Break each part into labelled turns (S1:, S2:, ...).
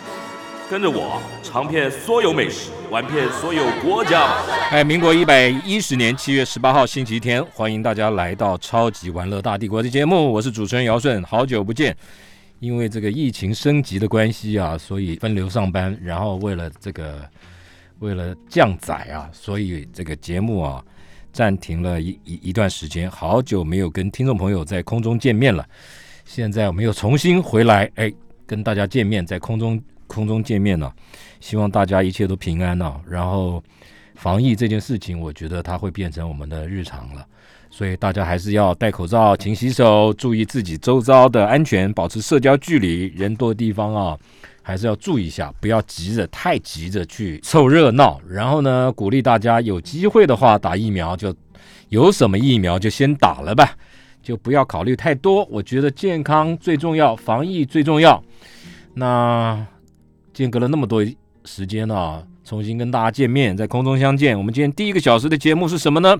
S1: 跟着我尝遍所有美食，玩遍所有国家吧。
S2: 哎，民国一百一十年七月十八号星期天，欢迎大家来到《超级玩乐大帝国》的节目，我是主持人姚顺，好久不见。因为这个疫情升级的关系啊，所以分流上班，然后为了这个，为了降载啊，所以这个节目啊暂停了一一一段时间，好久没有跟听众朋友在空中见面了。现在我们又重新回来，哎，跟大家见面，在空中空中见面呢、希望大家一切都平安啊。然后防疫这件事情，我觉得它会变成我们的日常了，所以大家还是要戴口罩、勤洗手，注意自己周遭的安全，保持社交距离。人多的地方啊，还是要注意一下，不要急着太急着去凑热闹。然后呢，鼓励大家有机会的话打疫苗就，有什么疫苗就先打了吧。就不要考虑太多，我觉得健康最重要，防疫最重要。那间隔了那么多时间啊，重新跟大家见面，在空中相见。我们今天第一个小时的节目是什么呢？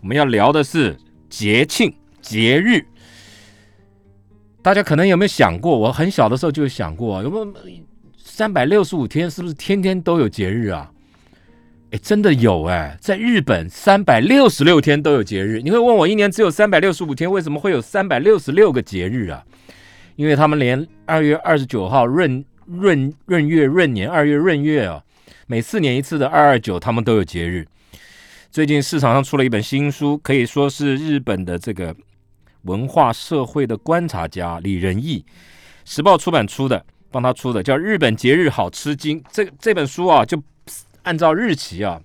S2: 我们要聊的是节庆节日。大家可能有没有想过？我很小的时候就有想过，啊有没有三百六十五天是不是天天都有节日啊？哎，真的有哎，在日本三百六十六天都有节日。你会问我，一年只有三百六十五天，为什么会有三百六十六个节日啊？因为他们连二月二十九号闰闰闰月闰年二月闰月啊，每四年一次的二二九，他们都有节日。最近市场上出了一本新书，可以说是日本的这个文化社会的观察家李仁义，时报出版出的，帮他出的叫《日本节日好吃惊》。这这本书啊，就按照日期啊，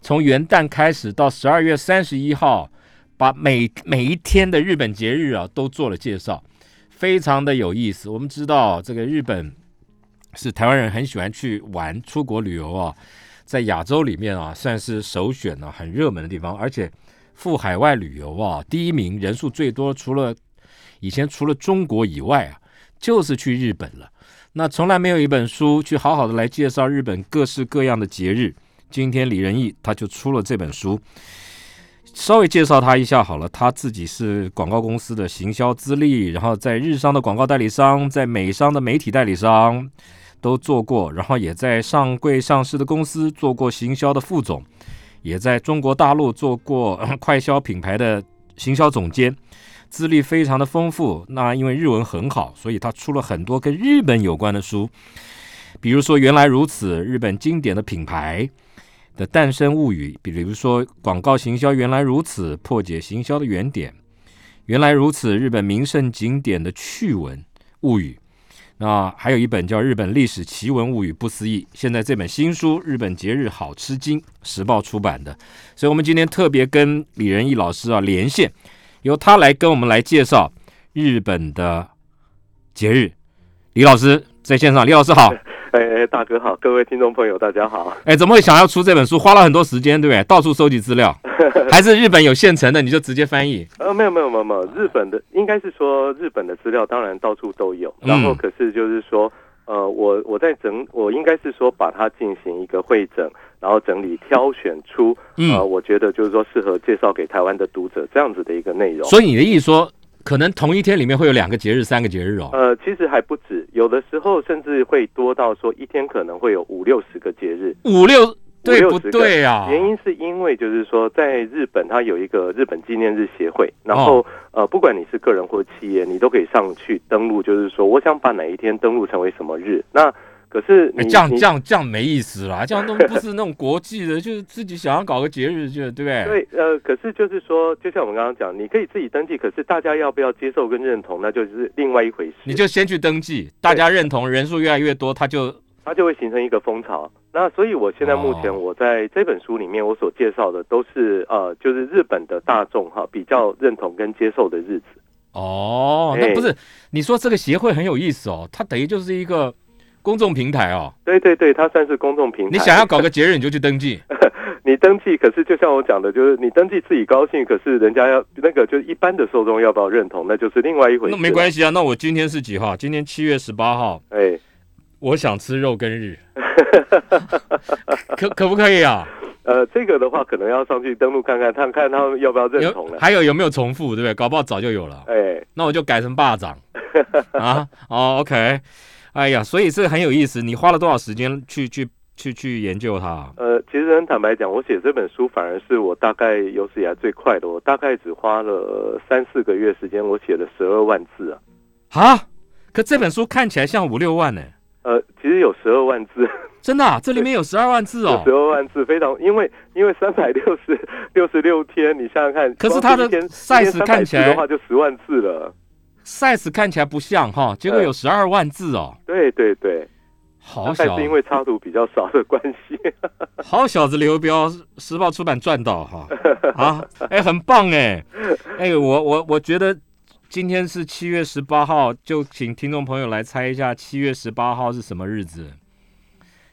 S2: 从元旦开始到十二月三十一号，把每每一天的日本节日啊都做了介绍，非常的有意思。我们知道这个日本是台湾人很喜欢去玩、出国旅游啊，在亚洲里面啊算是首选呢、很热门的地方，而且赴海外旅游啊，第一名人数最多，除了以前除了中国以外啊，就是去日本了。那从来没有一本书去好好的来介绍日本各式各样的节日。今天李仁义他就出了这本书，稍微介绍他一下好了。他自己是广告公司的行销资历，然后在日商的广告代理商，在美商的媒体代理商都做过，然后也在上柜上市的公司做过行销的副总，也在中国大陆做过 呃快消品牌的行销总监。资历非常的丰富。那因为日文很好，所以他出了很多跟日本有关的书，比如说《原来如此》，日本经典的品牌的诞生物语，比如说广告行销《原来如此》，破解行销的原点，《原来如此》日本名胜景点的趣闻物语。那还有一本叫《日本历史奇闻物语》，不思议。现在这本新书《日本节日好吃惊》，时报出版的。所以，我们今天特别跟李仁义老师啊连线，由他来跟我们来介绍日本的节日。李老师在线上，李老师 好。
S3: 哎哎，大哥好，各位听众朋友，大家好。
S2: 哎，怎么会想要出这本书？花了很多时间，对不对？到处收集资 料，还是日本有现成的，你就直接翻译。
S3: 呃，没有没有没有没有，日本的应该是说日本的资料当然到处都有，
S2: 嗯
S3: 然后可是就是说，呃，我我在整，我应该是说把它进行一个会诊，然后整理挑选出，呃，
S2: 嗯，
S3: 我觉得就是说适合介绍给台湾的读者这样子的一个内容。
S2: 所以你的意思说，可能同一天里面会有两个节日、三个节日 哦。
S3: 呃，其实还不止，有的时候甚至会多到说一天可能会有五六十个节日。
S2: 五六对
S3: 五六
S2: 不
S3: 十个
S2: 对啊？
S3: 原因是因为就是说，在日本它有一个日本纪念日协会，
S2: 哦
S3: 然后、呃，不管你是个人或企业，你都可以上去登录，就是说我想把哪一天登录成为什么日。那可是
S2: 哎
S3: 你、
S2: 这样
S3: 你
S2: 这样这样没意思啦，这样都不是那种国际的，就是自己想要搞个节日，就对不对？
S3: 对呃，可是就是说，就像我们刚刚讲，你可以自己登记，可是大家要不要接受跟认同，那就是另外一回事。
S2: 你就先去登记，大家认同，人数越来越多，他就
S3: 它就会形成一个风潮。那所以，我现在目前
S2: 哦
S3: 我在这本书里面，我所介绍的都是呃，就是日本的大众哈比较认同跟接受的日子。
S2: 哦，
S3: 哎
S2: 那不是你说这个协会很有意思哦，它等于就是一个公众平台哦，
S3: 对对对，它算是公众平台。
S2: 你想要搞个节日你就去登记，
S3: 你登记，可是就像我讲的，就是你登记自己高兴，可是人家要那个，就是一般的受众要不要认同，那就是另外一回事。
S2: 那没关
S3: 系，
S2: 系啊。那我今天是几号？今天七月十八号，
S3: 哎，
S2: 我想吃肉羹 日，可可不可以啊？
S3: 呃，这个的话可能要上去登录看看，看看他们要不要认同
S2: 有
S3: 了。
S2: 还有有没有重复，对不对？搞不好早就有 了。
S3: 哎，
S2: 那我就改成霸掌啊！哦，OK，哎呀，所以这很有意思。你花了多少时间去去去去研究它？啊
S3: 呃，其实很坦白讲，我写这本书反而是我大概有史以来最快的，我大概只花了三四个月时间，我写了十二万字啊。
S2: 啊？可这本书看起来像五六万呢、
S3: 呃，其实有十二万字，
S2: 真的、啊，这里面有十二万字哦
S3: 有十。二万字，非常，因为因为三百六十 六十六天，你想想看，
S2: 可是它的
S3: 光一天
S2: size
S3: 一天300
S2: 看起来
S3: 字的话就十万字了。
S2: size 看起来不像哈，结果有十二万字哦，
S3: 对对对，
S2: 好
S3: 但
S2: 小啊
S3: 是，因为插图比较少的关系，
S2: 好小子刘彪，时报出版赚到 哈啊！哎，很棒哎，哎，我我我觉得今天是七月十八号，就请听众朋友来猜一下七月十八号是什么日子。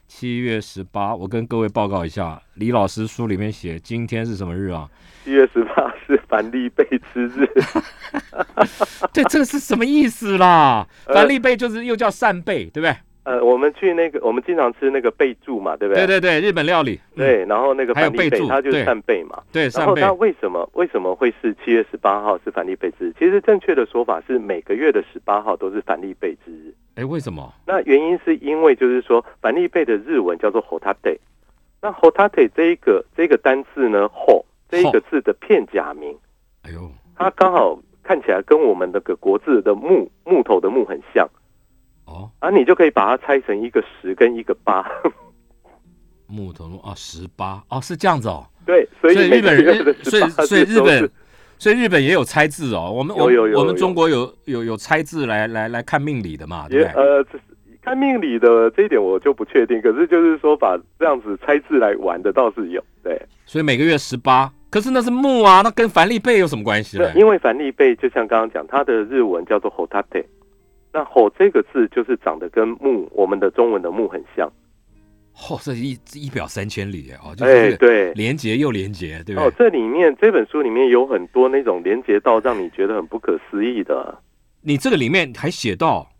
S2: 七月十八，我跟各位报告一下，李老师书里面写今天是什么日 啊？
S3: 七月十八是凡利被 之日，
S2: 对，这个是什么意思啦？
S3: 呃
S2: 反利贝就是又叫扇贝，对不对？
S3: 呃，我们去那个，我们经常吃那个贝柱嘛，对不
S2: 对
S3: 对？
S2: 对对，日本料理，嗯
S3: 对然后那个
S2: 还有
S3: 凡利
S2: 贝
S3: 贝
S2: 柱，
S3: 它就
S2: 对
S3: 是扇贝嘛。
S2: 对，
S3: 然
S2: 扇
S3: 后
S2: 贝
S3: 它为什么为什么会是七月十八号是反利贝之日？其实正确的说法是每个月的十八号都是反利贝之日。
S2: 哎，为什么？
S3: 那原因是因为就是说反利贝的日文叫做 hotate，那 hotate 这一个这个单字呢 ho 这一个字的片假名，
S2: 哎呦，
S3: 它刚好看起来跟我们那个国字的木木头的木很像。
S2: 哦，
S3: 啊，你就可以把它拆成一个十跟一个八，
S2: 木头路啊，十八哦，是这样子哦。
S3: 对，所
S2: 所
S3: 以
S2: 以
S3: 每
S2: 日
S3: 个
S2: 本
S3: 月的
S2: 人，所以
S3: 18字
S2: 所以日
S3: 都
S2: 本
S3: 是，
S2: 所以日本也有猜字哦。我们我
S3: 有有有
S2: 们我们
S3: 有
S2: 中国有有有猜字来来来看命理的嘛，对
S3: 也
S2: 不对？
S3: 呃，这是看命理的这一点我就不确定，可是就是说把这样子拆字来玩的倒是有，对，
S2: 所以每个月十八，可是那是木啊，那跟凡利贝有什么关系呢
S3: 那？因为凡利贝就像刚刚讲，它的日文叫做 hotate，那 ho 这个字就是长得跟木我们的中文的木很像，
S2: 哦，这一这一表三千里耶哦，就
S3: 哎
S2: 是，这个
S3: 对。
S2: 连结又连结，对不
S3: 哦
S2: 对？，
S3: 这里面这本书里面有很多那种连接到让你觉得很不可思议的，
S2: 你这个里面还写到，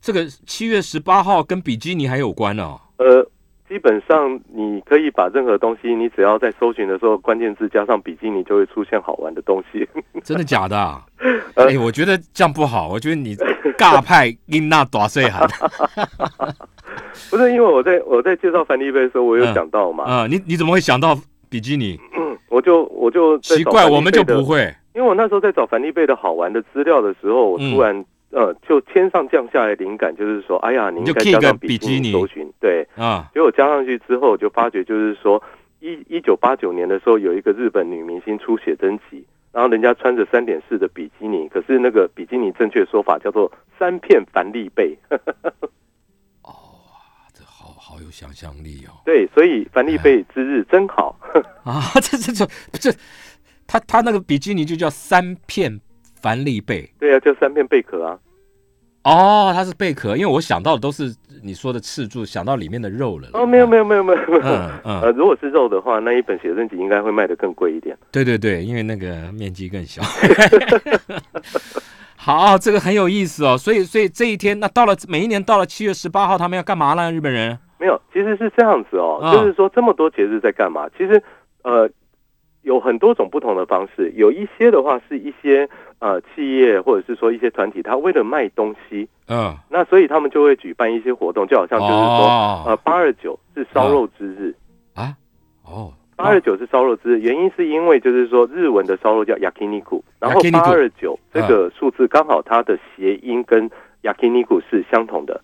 S2: 这个七月十八号跟比基尼还有关哦。
S3: 呃，基本上你可以把任何东西，你只要在搜寻的时候关键字加上比基尼，就会出现好玩的东西。
S2: 真的假的、啊？哎、
S3: 呃
S2: 我觉得这样不好，我觉得你尬派英娜大岁 寒
S3: 不是因为我在我在介绍梵蒂贝的时候，我有
S2: 嗯
S3: 讲到嘛，
S2: 啊！你你怎么会想到比基尼？
S3: 我就我就在
S2: 奇
S3: 找
S2: 怪，
S3: 梵蒂
S2: 我们就
S3: 贝的
S2: 不，会。
S3: 因为我那时候在找梵蒂贝的好玩的资料的时候，我突然、呃就天上降下来灵感，就是说，哎呀，你应该
S2: 嗯你就 key
S3: 加
S2: 个
S3: 上比
S2: 比基
S3: 基
S2: 尼
S3: 尼搜寻，对，
S2: 啊
S3: 结果加上去之后，我就发觉就是说，一一九八九年的时候，有一个日本女明星出写真集，然后人家穿着三点式的比基尼，可是那个比基尼正确说法叫做三片凡利贝，
S2: 这好好有想象力哦！
S3: 对，所以凡利贝之日真好，
S2: 啊， 这这这这，他他那个比基尼就叫三片凡利贝
S3: 对啊，就三片贝壳啊，
S2: 哦，它是贝壳，因为我想到的都是你说的赤柱，想到里面的肉了。
S3: 哦，没有没有没有没有，没有
S2: 嗯嗯
S3: 呃，如果是肉的话，那一本写真集应该会卖的更贵一点。
S2: 对对对，因为那个面积更小。 好，这个很有意思哦。所以，所以这一天，那到了每一年到了七月十八号，他们要干嘛呢？日本人
S3: 没有，其实是这样子哦，
S2: 嗯
S3: 就是说这么多节日在干嘛？其实呃，有很多种不同的方式，有一些的话是一些呃企业或者是说一些团体，他为了卖东西，
S2: 嗯，
S3: 那所以他们就会举办一些活动，就好像就是说、呃
S2: 哦
S3: 八二九是烧肉之日。
S2: 啊哦，
S3: 八二九是烧肉之日，原因是因为就是说日文的烧肉叫 yakiniku，然后
S2: yakiniku
S3: 八二九这个数字刚好它的谐音跟 yakiniku 是相同的，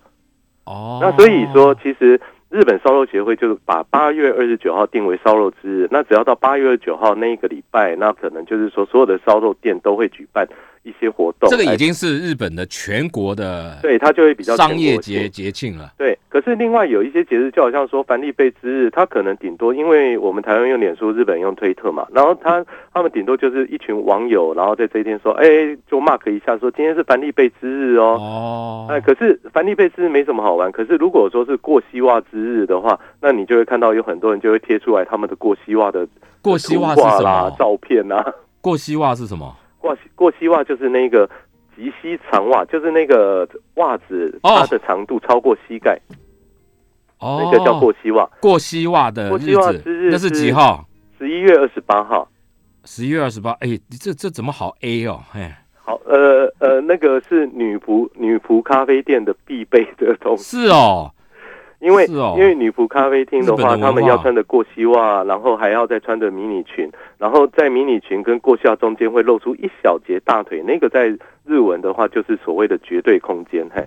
S2: 哦，
S3: 那所以说，其实日本烧肉协会就是把八月二十九号定为烧肉之日。那只要到八月二十九号那一个礼拜，那可能就是说所有的烧肉店都会举办一些活动。
S2: 这个
S3: 来
S2: 已经是日本的全国的
S3: 对它就会比较
S2: 商业
S3: 全国性
S2: 节节庆了。
S3: 对，可是另外有一些节日，就好像说梵蒂贝之日，它可能顶多因为我们台湾用脸书，日本用推特嘛，然后他他们顶多就是一群网友，然后在这一天说，哎，就 mark 一下说今天是梵蒂贝之日哦。
S2: 哦，
S3: 哎，可是梵蒂贝之日没什么好玩。可是如果说是过西袜之日的话，那你就会看到有很多人就会贴出来他们的过西袜的
S2: 过西袜
S3: 图
S2: 是
S3: 画
S2: 什
S3: 啦、
S2: 么？
S3: 照片啦。
S2: 过西袜是什么？
S3: 过西过西袜就是那个及膝长袜，就是那个袜子
S2: 哦
S3: 它的长度超过膝盖，
S2: 哦，
S3: 那个叫过西袜。
S2: 过西袜的
S3: 过
S2: 日
S3: 西袜
S2: 子
S3: 之，日
S2: 那是
S3: 是
S2: 几号？
S3: 十一月二十八号，
S2: 十一月二十八。哎，这这怎么好 A 哦？哎，
S3: 好，呃呃，那个是女仆女仆咖啡店的必备的东西，
S2: 是哦，
S3: 因为、
S2: 是哦
S3: 因为女仆咖啡厅的
S2: 日本的
S3: 话，
S2: 文化
S3: 他们要穿着过膝袜，然后还要再穿着迷你裙，然后在迷你裙跟过膝袜中间会露出一小截大腿，那个在日文的话就是所谓的绝对空间，嘿，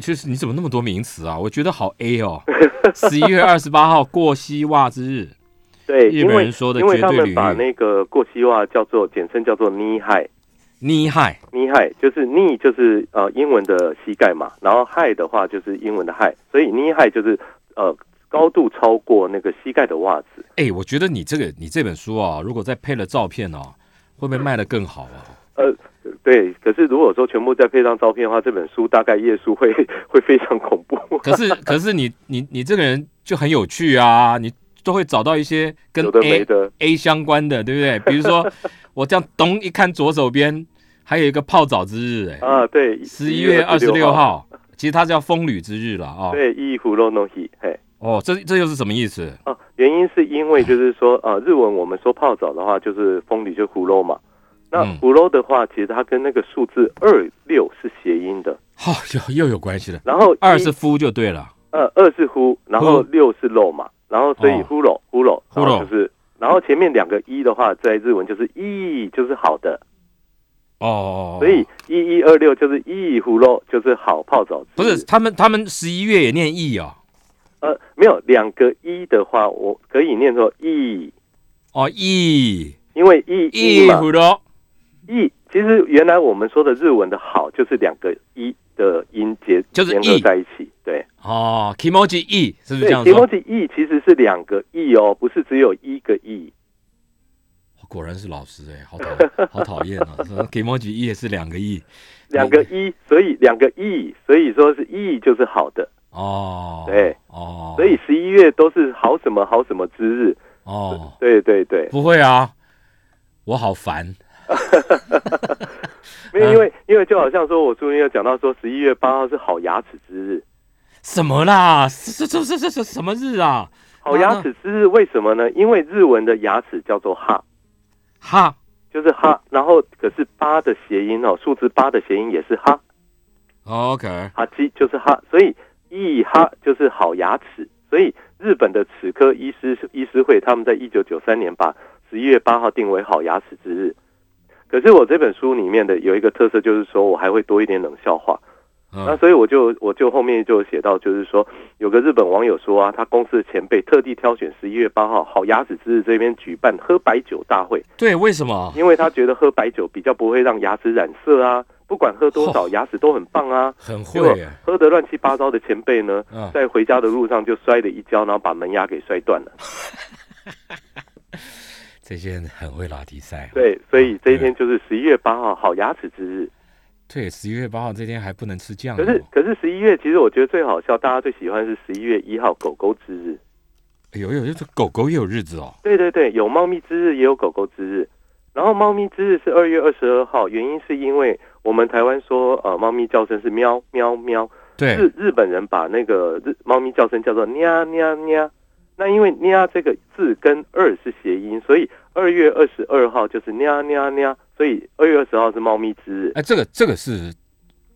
S2: 就是你怎么那么多名词啊？我觉得好 A 哦。十一月二十八号过西袜之日，
S3: 对，
S2: 日
S3: 因
S2: 本
S3: 为
S2: 人说的
S3: 因为他
S2: 绝对领
S3: 们
S2: 域
S3: 把那个过膝袜叫做简称叫做尼海，
S2: 厉害
S3: 尼亥就是逆就是呃英文的膝盖嘛，然后亥的话就是英文的亥，所以尼亥就是呃高度超过那个膝盖的袜子。
S2: 哎，我觉得你这个你这本书啊，如果再配了照片哦，会不会卖得更好啊？
S3: 呃，对，可是如果说全部再配上照片的话，这本书大概页数会 会非常恐 怖。
S2: 可是可是你你你这个人就很有趣啊，你都会找到一些跟
S3: 有的
S2: A
S3: 没的，
S2: A 相关的，对不对？比如 说我这样咚一看左手边，还有一个泡澡之日、哎、
S3: 啊，对，
S2: 十一月二十六，号，其实它叫风吕之日了啊、哦。
S3: 对，一胡罗诺希，嘿。
S2: 哦，这这又是什么意思？
S3: 哦，原因是因为就是说，呃，日文我们说泡澡的话，就是风里就胡背嘛。那
S2: 嗯
S3: 胡背的话，其实它跟那个数字二六是谐音的。
S2: 哦，又又有关系了。
S3: 然后
S2: 二
S3: 一
S2: 是夫就对了，
S3: 呃，二是呼，然后
S2: 呼
S3: 六是漏嘛，然后所以
S2: 哦
S3: 呼漏呼漏，
S2: 呼
S3: 然
S2: 漏
S3: 后哦就是，然后前面两个一的话，在日文就是一，就是好的，
S2: 哦哦，哦
S3: 所以一一二六就是一呼漏，就是好泡澡。
S2: 不是他们他们十一月也念意哦，
S3: 呃，没有两个一的话，我可以念作一，
S2: 哦意
S3: 因为一一
S2: 意
S3: 嘛，
S2: 胡咯，
S3: 一其实原来我们说的日文的好就是两个一的音节
S2: 就是
S3: 结合
S2: 一
S3: 在一起，对
S2: 哦 kimoji 意是不是
S3: 对
S2: 这样，
S3: 提
S2: 说？
S3: 摩吉一其实是两个一哦，不是只有一个一。
S2: 哦果然是老师哎、好讨好讨厌啊！kimoji 意也是两个意
S3: 两个一，所以两个亿，所以说是亿就是好的，
S2: 哦，
S3: 对
S2: 哦，
S3: 所以十一月都是好什么好什么之日，
S2: 哦，
S3: 对对对，
S2: 不会啊，我好烦。
S3: 没有因为因为就好像说我书里有讲到说十一月八号是好牙齿之日，
S2: 什么啦？这这这这这什么日啊？
S3: 好牙齿之日为什么呢？因为日文的牙齿叫做哈，
S2: 哈，
S3: 就是哈，然后可是八的谐音哦，数字八的谐音也是哈，
S2: 哦 OK，
S3: 哈基就是哈，所以一哈就是好牙齿，所以日本的齿科医师医师会他们在一九九三年把十一月八号定为好牙齿之日。可是我这本书里面的有一个特色，就是说我还会多一点冷笑话。那
S2: 嗯，
S3: 所以我就我就后面就写到，就是说有个日本网友说啊，他公司的前辈特地挑选十一月八号好牙齿之日这边举办喝白酒大会，
S2: 对，为什么？
S3: 因为他觉得喝白酒比较不会让牙齿染色啊，不管喝多少牙齿都很棒 啊。
S2: 很会
S3: 结果
S2: 耶，
S3: 喝得乱七八糟的前辈呢，
S2: 嗯，
S3: 在回家的路上就摔了一跤，然后把门牙给摔断了。
S2: 这些人很会拉迪赛。
S3: 对，所以这一天就是十一月八号，好牙齿之日。
S2: 对，十一月八号这天还不能吃酱
S3: 可是
S2: 油。
S3: 可是十一月，其实我觉得最好笑，大家最喜欢是十一月一号狗狗之日。
S2: 哎呦呦，这狗狗也有日子哦。
S3: 对对对，有猫咪之日，也有狗狗之日。然后猫咪之日是二月二十二号，原因是因为我们台湾说呃，猫咪叫声是喵喵喵，
S2: 对，
S3: 日日本人把那个日猫咪叫声叫做nha nha nha。那因为nha这个字跟二是谐音，所以二月二十二号就是nha nha nha，所以二月二十号是猫咪之日，
S2: 哎，这个这个是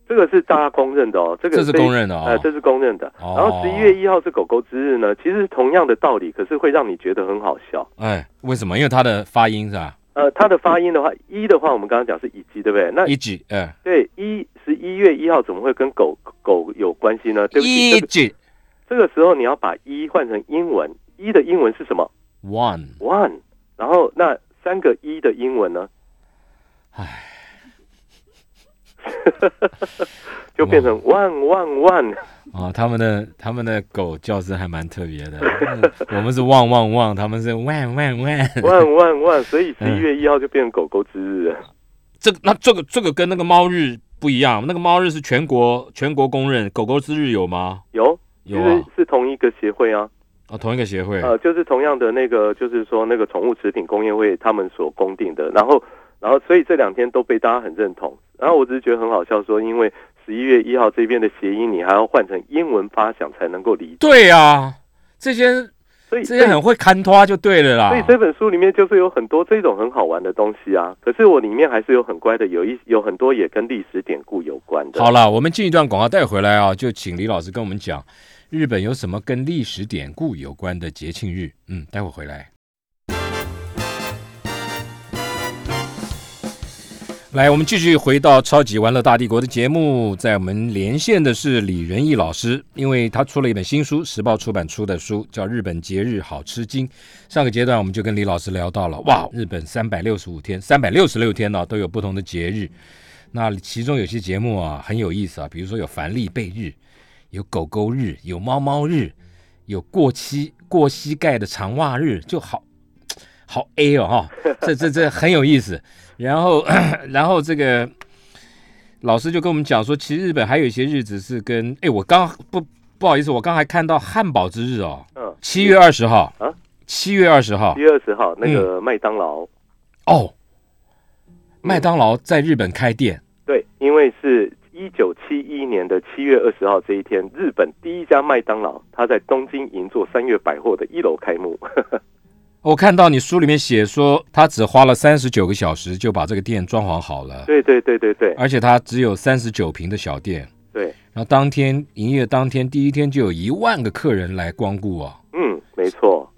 S3: 这个是大家公认的哦，这个
S2: 这是公认的
S3: 呃，
S2: 哦。
S3: 这是公认的。
S2: 哦
S3: 然后十一月一号是狗狗之日呢，其实同样的道理，可是会让你觉得很好笑。
S2: 哎，为什么？因为它的发音是吧？
S3: 呃，它的发音的话，一的话我们刚刚讲是以及，对不对？那
S2: 一举，哎，
S3: 对一十一月一号怎么会跟狗狗有关系呢？对不
S2: 一
S3: 起，这个
S2: 举
S3: 这个时候你要把一换成英文，一的英文是什么
S2: one，
S3: ？one。然后那三个一的英文呢？就变成万万 万，
S2: 哦，他们的他们的狗叫声还蛮特别 的，嗯我们是汪汪汪，他们是万万万。
S3: 万万万，所以十一月一号就变成狗狗之日了。
S2: 这个那这个这个跟那个猫日不一样，那个猫日是全国全国公认，狗狗之日有吗？
S3: 有，其
S2: 有
S3: 实
S2: 啊，
S3: 是同一个协会啊，
S2: 哦，同一个协会。
S3: 呃，就是同样的那个，就是说那个宠物食品工业会他们所公定的，然后，然后，所以这两天都被大家很认同。然后我只是觉得很好笑，说因为十一月一号这边的谐音，你还要换成英文发想才能够理解，
S2: 对啊，这些
S3: 所以
S2: 这些很啊会看拖就对了
S3: 所以
S2: 啦。
S3: 这本书里面就是有很多这种很好玩的东西啊，可是我里面还是有很乖的，有一有很多也跟历史典故有关的。
S2: 好了，我们进一段广告带回来啊，就请李老师跟我们讲日本有什么跟历史典故有关的节庆日。嗯，待会儿回来。来，我们继续回到《超级玩乐大帝国》的节目，在我们连线的是李仁义老师，因为他出了一本新书，时报出版出的书叫《日本节日好吃惊》。上个阶段我们就跟李老师聊到了，哇，日本三百六十五天、三百六十六天呢、都有不同的节日。那其中有些节目啊很有意思啊，比如说有凡利贝日，有狗狗日，有猫猫日，有过膝过膝盖的长袜日，就好好 A 哦哈，这这这很有意思。然后 然后这个老师就跟我们讲说，其实日本还有一些日子是跟哎，我刚不不好意思，我刚还看到汉堡之日哦，
S3: 嗯，
S2: 七月二十号
S3: 啊，
S2: 七月二十号
S3: 七月二十号
S2: 嗯
S3: 那个麦当劳，
S2: 哦，麦当劳在日本开店。
S3: 对，因为是一九七一年的七月二十号这一天，日本第一家麦当劳，它在东京银座三月百货的一楼开幕。
S2: 我看到你书里面写说，他只花了三十九个小时就把这个店装潢好了，
S3: 对对对对对
S2: 而且他只有三十九平的小店，
S3: 对，
S2: 然后当天营业当天第一天就有一万个客人来光顾哦，
S3: 嗯，没错，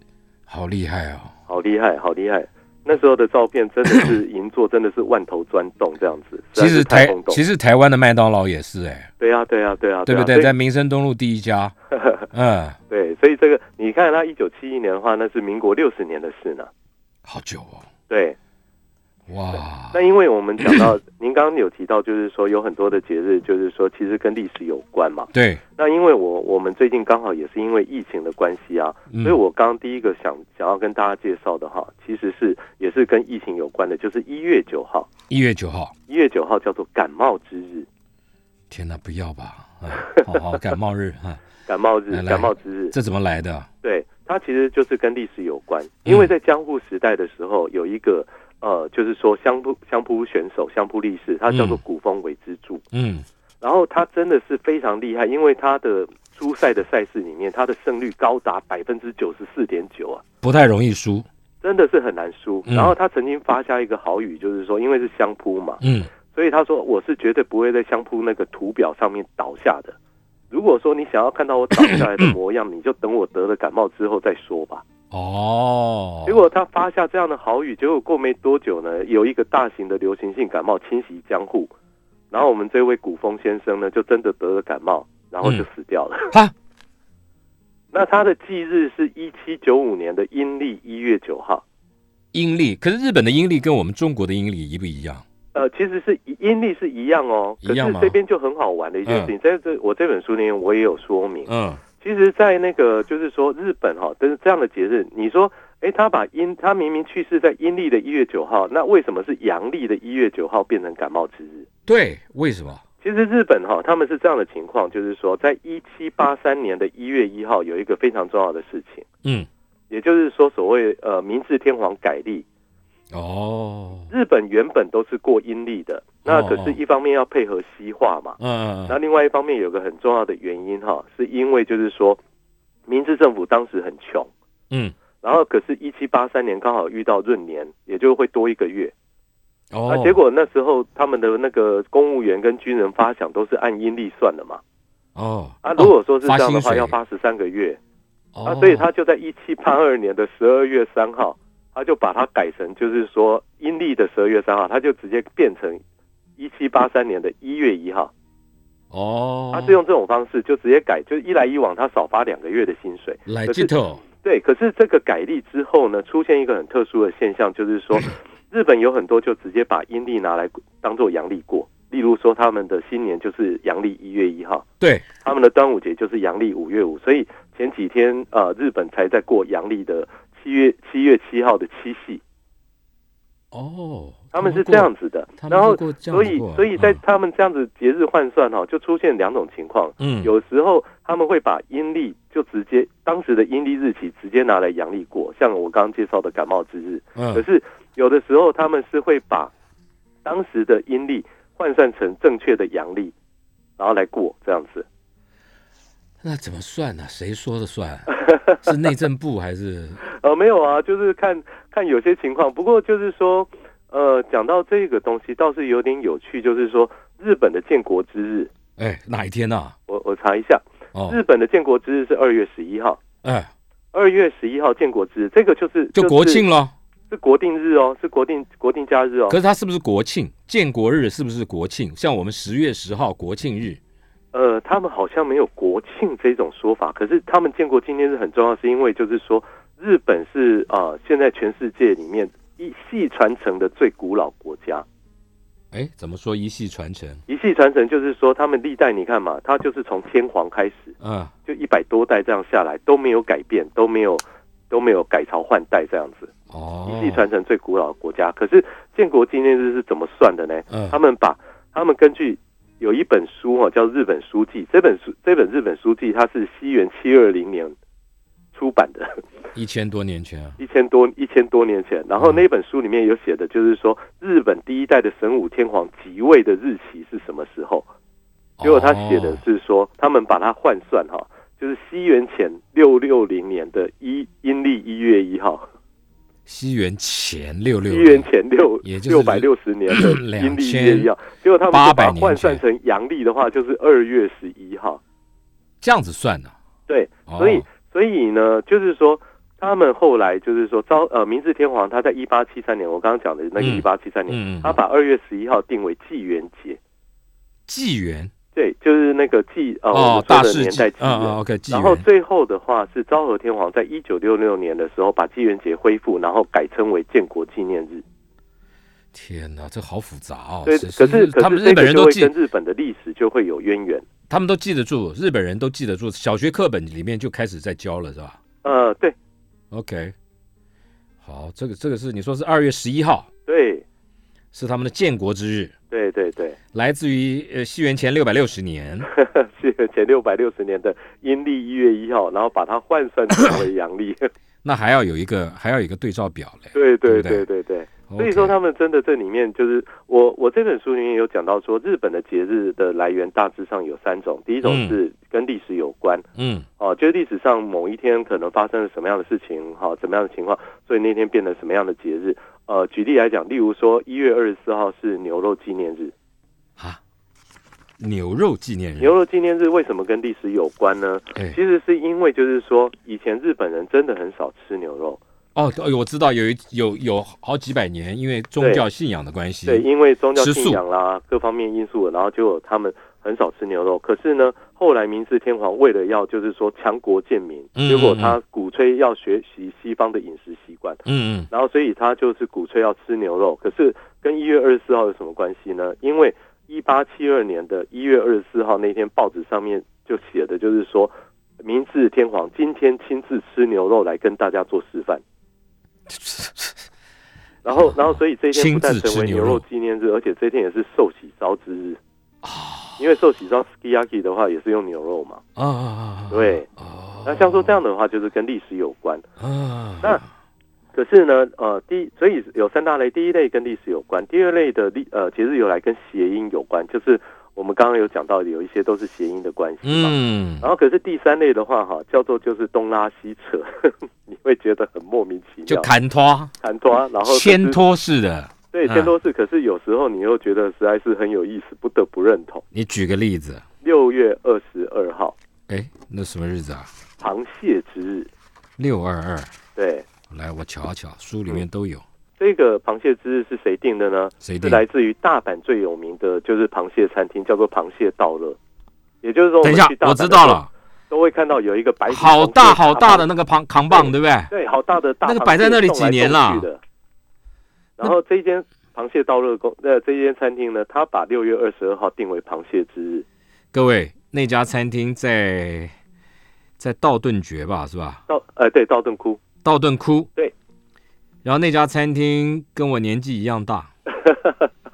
S2: 好厉害哦！
S3: 好厉害，好厉害。那时候的照片真的是银座，真的是万头钻洞这样子，
S2: 其
S3: 实在
S2: 实
S3: 是太
S2: 台
S3: 轰动。
S2: 其实台湾的麦当劳也是哎，
S3: 对啊，对啊，对啊，
S2: 对不
S3: 啊
S2: 对？在民生东路第一 家，嗯，
S3: 对，所以这个你看，它一九七一年的话，那是民国六十年的事呢。
S2: 好久哦，
S3: 对，
S2: 哇
S3: 那，因为我们讲 到，您刚刚有提到，就是说有很多的节日，就是说其实跟历史有关嘛。
S2: 对，
S3: 那因为我我们最近刚好也是因为疫情的关系啊，
S2: 嗯
S3: 所以我刚刚第一个想想要跟大家介绍的哈，其实是也是跟疫情有关的，就是一月九号，
S2: 一月九号，
S3: 一月九号叫做感冒之日，
S2: 天哪，不要吧，啊，好好感冒日啊，
S3: 感冒日
S2: 来，来
S3: 感冒之日，
S2: 这怎么来的？
S3: 对，它其实就是跟历史有关，
S2: 嗯
S3: 因为在江户时代的时候有一个。呃，就是说相扑相扑选手相扑力士，他叫做
S2: 嗯
S3: 古风为之助，
S2: 嗯，
S3: 然后他真的是非常厉害，因为他的初赛的赛事里面，他的胜率高达百分之九十四点九啊，
S2: 不太容易输，
S3: 真的是很难输。
S2: 嗯
S3: 然后他曾经发下一个豪语，就是说，因为是相扑嘛，
S2: 嗯，
S3: 所以他说我是绝对不会在相扑那个图表上面倒下的。如果说你想要看到我倒下来的模样，你就等我得了感冒之后再说吧。
S2: 哦，
S3: 结果他发下这样的豪语，结果过没多久呢，有一个大型的流行性感冒侵袭江户，然后我们这位古风先生呢，就真的得了感冒，然后就死掉了。
S2: 哈
S3: 那他的忌日是一七九五年的阴历一月九号，
S2: 阴历，可是日本的阴历跟我们中国的阴历一不一样？
S3: 呃，其实是一阴历是一样哦，
S2: 一
S3: 可
S2: 样
S3: 是
S2: 吗
S3: 这边就很好玩的一件事情，在这我这本书里面我也有说明，
S2: 嗯，
S3: 其实，在那个就是说日本哈、但是这样的节日，你说，诶，他把阴他明明去世在阴历的一月九号，那为什么是阳历的一月九号变成感冒之日？
S2: 对，为什么？
S3: 其实日本哈、他们是这样的情况，就是说，在一七八三年的一月一号有一个非常重要的事情，
S2: 嗯，
S3: 也就是说所谓呃明治天皇改历，
S2: 哦，
S3: 日本原本都是过阴历的，那可是一方面要配合西化嘛，
S2: 嗯
S3: 那另外一方面有个很重要的原因哈、是因为就是说明治政府当时很穷。
S2: 嗯，
S3: 然后可是，一七八三年刚好遇到闰年，也就会多一个月。那、
S2: 哦，
S3: 啊结果那时候他们的那个公务员跟军人发饷都是按阴历算的嘛。
S2: 哦
S3: 啊，如果说是
S2: 发
S3: 这样的
S2: 薪
S3: 话，
S2: 水
S3: 要发十三个月。啊
S2: 哦，，
S3: 所以他就在一七八二年的十二月三号，他就把它改成就是说阴历的十二月三号，他就直接变成一七八三年的一月一号。
S2: 哦，
S3: 他是用这种方式就直接改，就一来一往，他少发两个月的薪水。
S2: 来
S3: 可是
S2: 这头，
S3: 对，可是这个改例之后呢，出现一个很 特殊的现象，就是说，日本有很多就直接把阴历拿来当做阳历过，例如说他们的新年就是阳历一月一号，
S2: 对，
S3: 他们的端午节就是阳历五月五，所以前几天呃日本才在过阳历的七月七月七号的七夕，
S2: 哦，
S3: 他们是这样子的。
S2: 他们
S3: 然
S2: 是
S3: 后
S2: 过这样
S3: 所
S2: 子
S3: 以
S2: 过
S3: 所以在
S2: 嗯
S3: 他们这样子节日换算哈、哦，就出现两种情况，
S2: 嗯
S3: 有时候他们会把阴历就直接当时的阴历日期直接拿来阳历过，像我刚刚介绍的感冒之日。可
S2: 嗯
S3: 是有的时候他们是会把当时的阴历换算成正确的阳历，然后来过这样子。
S2: 那怎么算呢、谁说的算 啊？是内政部还是
S3: 呃，没有啊，就是看看有些情况。不过就是说，呃，讲到这个东西倒是有点有趣，就是说日本的建国之日，
S2: 哎哪一天呐、
S3: 我我查一下，
S2: 哦，
S3: 日本的建国之日是二月十一号。
S2: 哎，
S3: 二月十一号建国之日，这个就是
S2: 就国庆
S3: 了，
S2: 了。
S3: 是国定日哦，是国定国定假日哦
S2: 可。是它是不是国庆？建国日是不是国庆？像我们十月十号国庆日，
S3: 呃，他们好像没有国庆这种说法，可是他们建国纪念日很重要，是因为就是说，日本是啊、呃现在全世界里面一系传承的最古老国家。
S2: 哎，怎么说一系传承？
S3: 一系传承就是说，他们历代你看嘛，它就是从天皇开始，
S2: 嗯，
S3: 就一百多代这样下来都没有改变，都没有都没有改朝换代这样子，
S2: 哦，
S3: 一系传承最古老的国家。可是建国纪念日是怎么算的呢？
S2: 嗯
S3: 他们把他们根据有一本书哦，叫《日本书记》，这本书这本日本书记它是西元七二零年出版的，
S2: 一千多年前啊，
S3: 一千多一千多年前。然后
S2: 嗯
S3: 那本书里面有写的就是说，日本第一代的神武天皇即位的日期是什么时候？结果他写的
S2: 哦
S3: 是说，他们把它换算哈、就是西元前六六零年的一阴历一月一号，
S2: 西元前六六
S3: 西元前六
S2: 也就是
S3: 六百六十年的阴历一月一号，结果他们就把它换算成阳历的话，就是二月十一号。
S2: 这样子算的、
S3: 对，
S2: 哦
S3: 所以所以呢，就是说他们后来就是说昭呃明治天皇他在一八七三年，我刚刚讲的那个
S2: 嗯
S3: 一八七三年，
S2: 嗯，
S3: 他把二月十一号定为纪元节，
S2: 纪元
S3: 对，就是那个纪呃我
S2: 哦
S3: 们，
S2: 大
S3: 说的
S2: 事
S3: 年
S2: 纪
S3: 代纪
S2: 嗯嗯
S3: 元。
S2: ，OK，纪
S3: 然后
S2: 元
S3: 最后的话是昭和天皇在一九六六年的时候把纪元节恢复，然后改称为建国纪念日。
S2: 天哪，这好复杂哦。
S3: 所以，
S2: 是
S3: 可是可
S2: 他们
S3: 是
S2: 日
S3: 这
S2: 本
S3: 个
S2: 人
S3: 就
S2: 都
S3: 会
S2: 记
S3: 跟，日本的历史就会有渊源。
S2: 他们都记得住，日本人都记得住，小学课本里面就开始在教了，是吧
S3: 呃，对
S2: ？OK，好，这个这个是你说是二月十一号
S3: 对
S2: 是他们的建国之日，
S3: 对对对，
S2: 来自于呃西元前六百六十年。
S3: 是前六百六十年的阴历一月一号，然后把它换算成为 阳历。
S2: 那还要有一个，还要有一个对照表嘞。
S3: 对
S2: 对
S3: 对
S2: 不对
S3: 对对对。
S2: OK
S3: 所以说，他们真的这里面就是我我这本书里面有讲到说，日本的节日的来源大致上有三种，第一种
S2: 嗯
S3: 是跟历史有关。
S2: 嗯
S3: 哦，就是历史上某一天可能发生了什么样的事情，哈、怎么样的情况，所以那天变成什么样的节日？呃，举例来讲，例如说一月二十四号是牛肉纪念日，
S2: 啊，牛肉纪念日
S3: 牛肉纪念日为什么跟历史有关呢？
S2: 哎
S3: 其实是因为就是说，以前日本人真的很少吃牛肉，
S2: 哦，对我知道有一有有好几百年，因为宗教信仰的关系，
S3: 对，因为宗教
S2: 嗯吃素
S3: 信仰啦，各方面因素，然后就有他们很少吃牛肉。可是呢，后来明治天皇为了要就是说强国健民，
S2: 嗯
S3: 结果
S2: 嗯
S3: 他鼓吹要学习西方的饮食习惯，
S2: 嗯嗯
S3: 然后所以他就是鼓吹要吃牛肉，可是跟一月二十四号有什么关系呢？因为一八七二年的一月二十四号那天，报纸上面就写的就是说，明治天皇今天亲自吃牛肉来跟大家做 示范。然后，然后，所以这一天不但
S2: 亲自吃
S3: 成为
S2: 牛
S3: 牛
S2: 肉
S3: 肉纪念日，而且这一天也是寿喜烧之日。因为寿喜烧 （skiaki） 的话也是用牛肉嘛。
S2: 啊啊啊啊，
S3: 对
S2: 哦，
S3: 那像说这样的话，就是跟历史有关。
S2: 啊，
S3: 那可是呢，呃，第一所以有三大类，第一类跟历史有关，第二类的历呃节日由来跟谐音有关，就是我们刚刚有讲到的有一些都是谐音的关系嘛。
S2: 嗯
S3: 然，后可是第三类的话哈，叫做就是东拉西扯， 你会觉得很莫名其
S2: 就
S3: 妙，
S2: 砍拖
S3: 谈拖，然后可是
S2: 牵拖式的，嗯
S3: 对牵拖是，可是有时候你又觉得实在是很有意思，不得不认同。
S2: 你举个例子，
S3: 六月二十二号，
S2: 哎，那什么日子啊？
S3: 螃蟹之日，
S2: 六二二，
S3: 对，
S2: 来我瞧瞧，书里面都有，
S3: 这个螃蟹之日是谁定的呢？
S2: 谁
S3: 是
S2: 定？
S3: 来自于大阪最有名的就是螃蟹餐厅，叫做螃蟹道乐。也就是说，
S2: 等一下
S3: 们去，大阪
S2: 我
S3: 的时
S2: 知
S3: 候
S2: 道，了，
S3: 都会看到有一个白
S2: 好大好大的那
S3: 个，
S2: 个扛扛棒，对不对？
S3: 对，好大的大螃蟹
S2: 那个摆在那里几年了
S3: 送来送去的然后这一间螃蟹到热公呃这间餐厅呢，它把六月二十二号定为螃蟹之日。
S2: 各位，那家餐厅在在道顿崛吧，是吧？
S3: 到呃对道顿窟，
S2: 道顿窟。
S3: 对。
S2: 然后那家餐厅跟我年纪一样 大，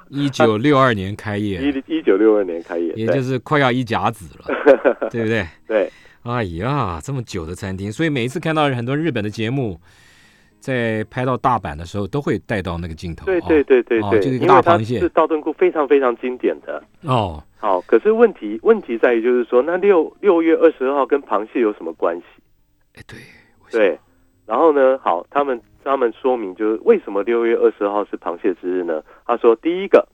S2: 一九六二年开业，
S3: 一一九六二年开业，
S2: 也就
S3: 对
S2: 是快要一甲子 了，对不对？
S3: 对
S2: 哎呀，这么久的餐厅，所以每一次看到很多日本的节目，在拍到大阪的时候，都会带到那个镜头。
S3: 对对对对
S2: 哦
S3: 对，
S2: 这个
S3: 因
S2: 大
S3: 为它
S2: 螃蟹
S3: 是道顿窟非常非常经典的。
S2: 哦，哦
S3: 好，可是问题问题在于就是说，那六六月二十二号跟螃蟹有什么关系？
S2: 哎对，我想
S3: 对，然后呢，好，他们他们说明就是为什么六月二十号是螃蟹之日呢？他说，第一个，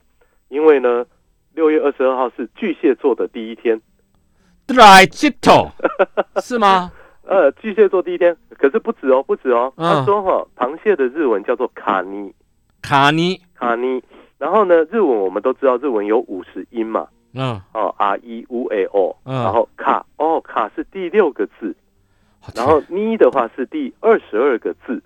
S3: 因为呢，六月二十二号是巨蟹座的第一天，
S2: dry chito 是吗？
S3: 呃，巨蟹座第一天，可是不止哦，不止哦，
S2: 嗯
S3: 他说哈、螃蟹的日文叫做卡尼
S2: 卡尼，
S3: 卡尼，然后呢，日文我们都知道，日文有五十音嘛，
S2: 嗯，
S3: 哦，r e u a o，、
S2: 嗯
S3: 然后卡哦卡是第六个字，
S2: 好
S3: 然后呢的话是第二十二个字，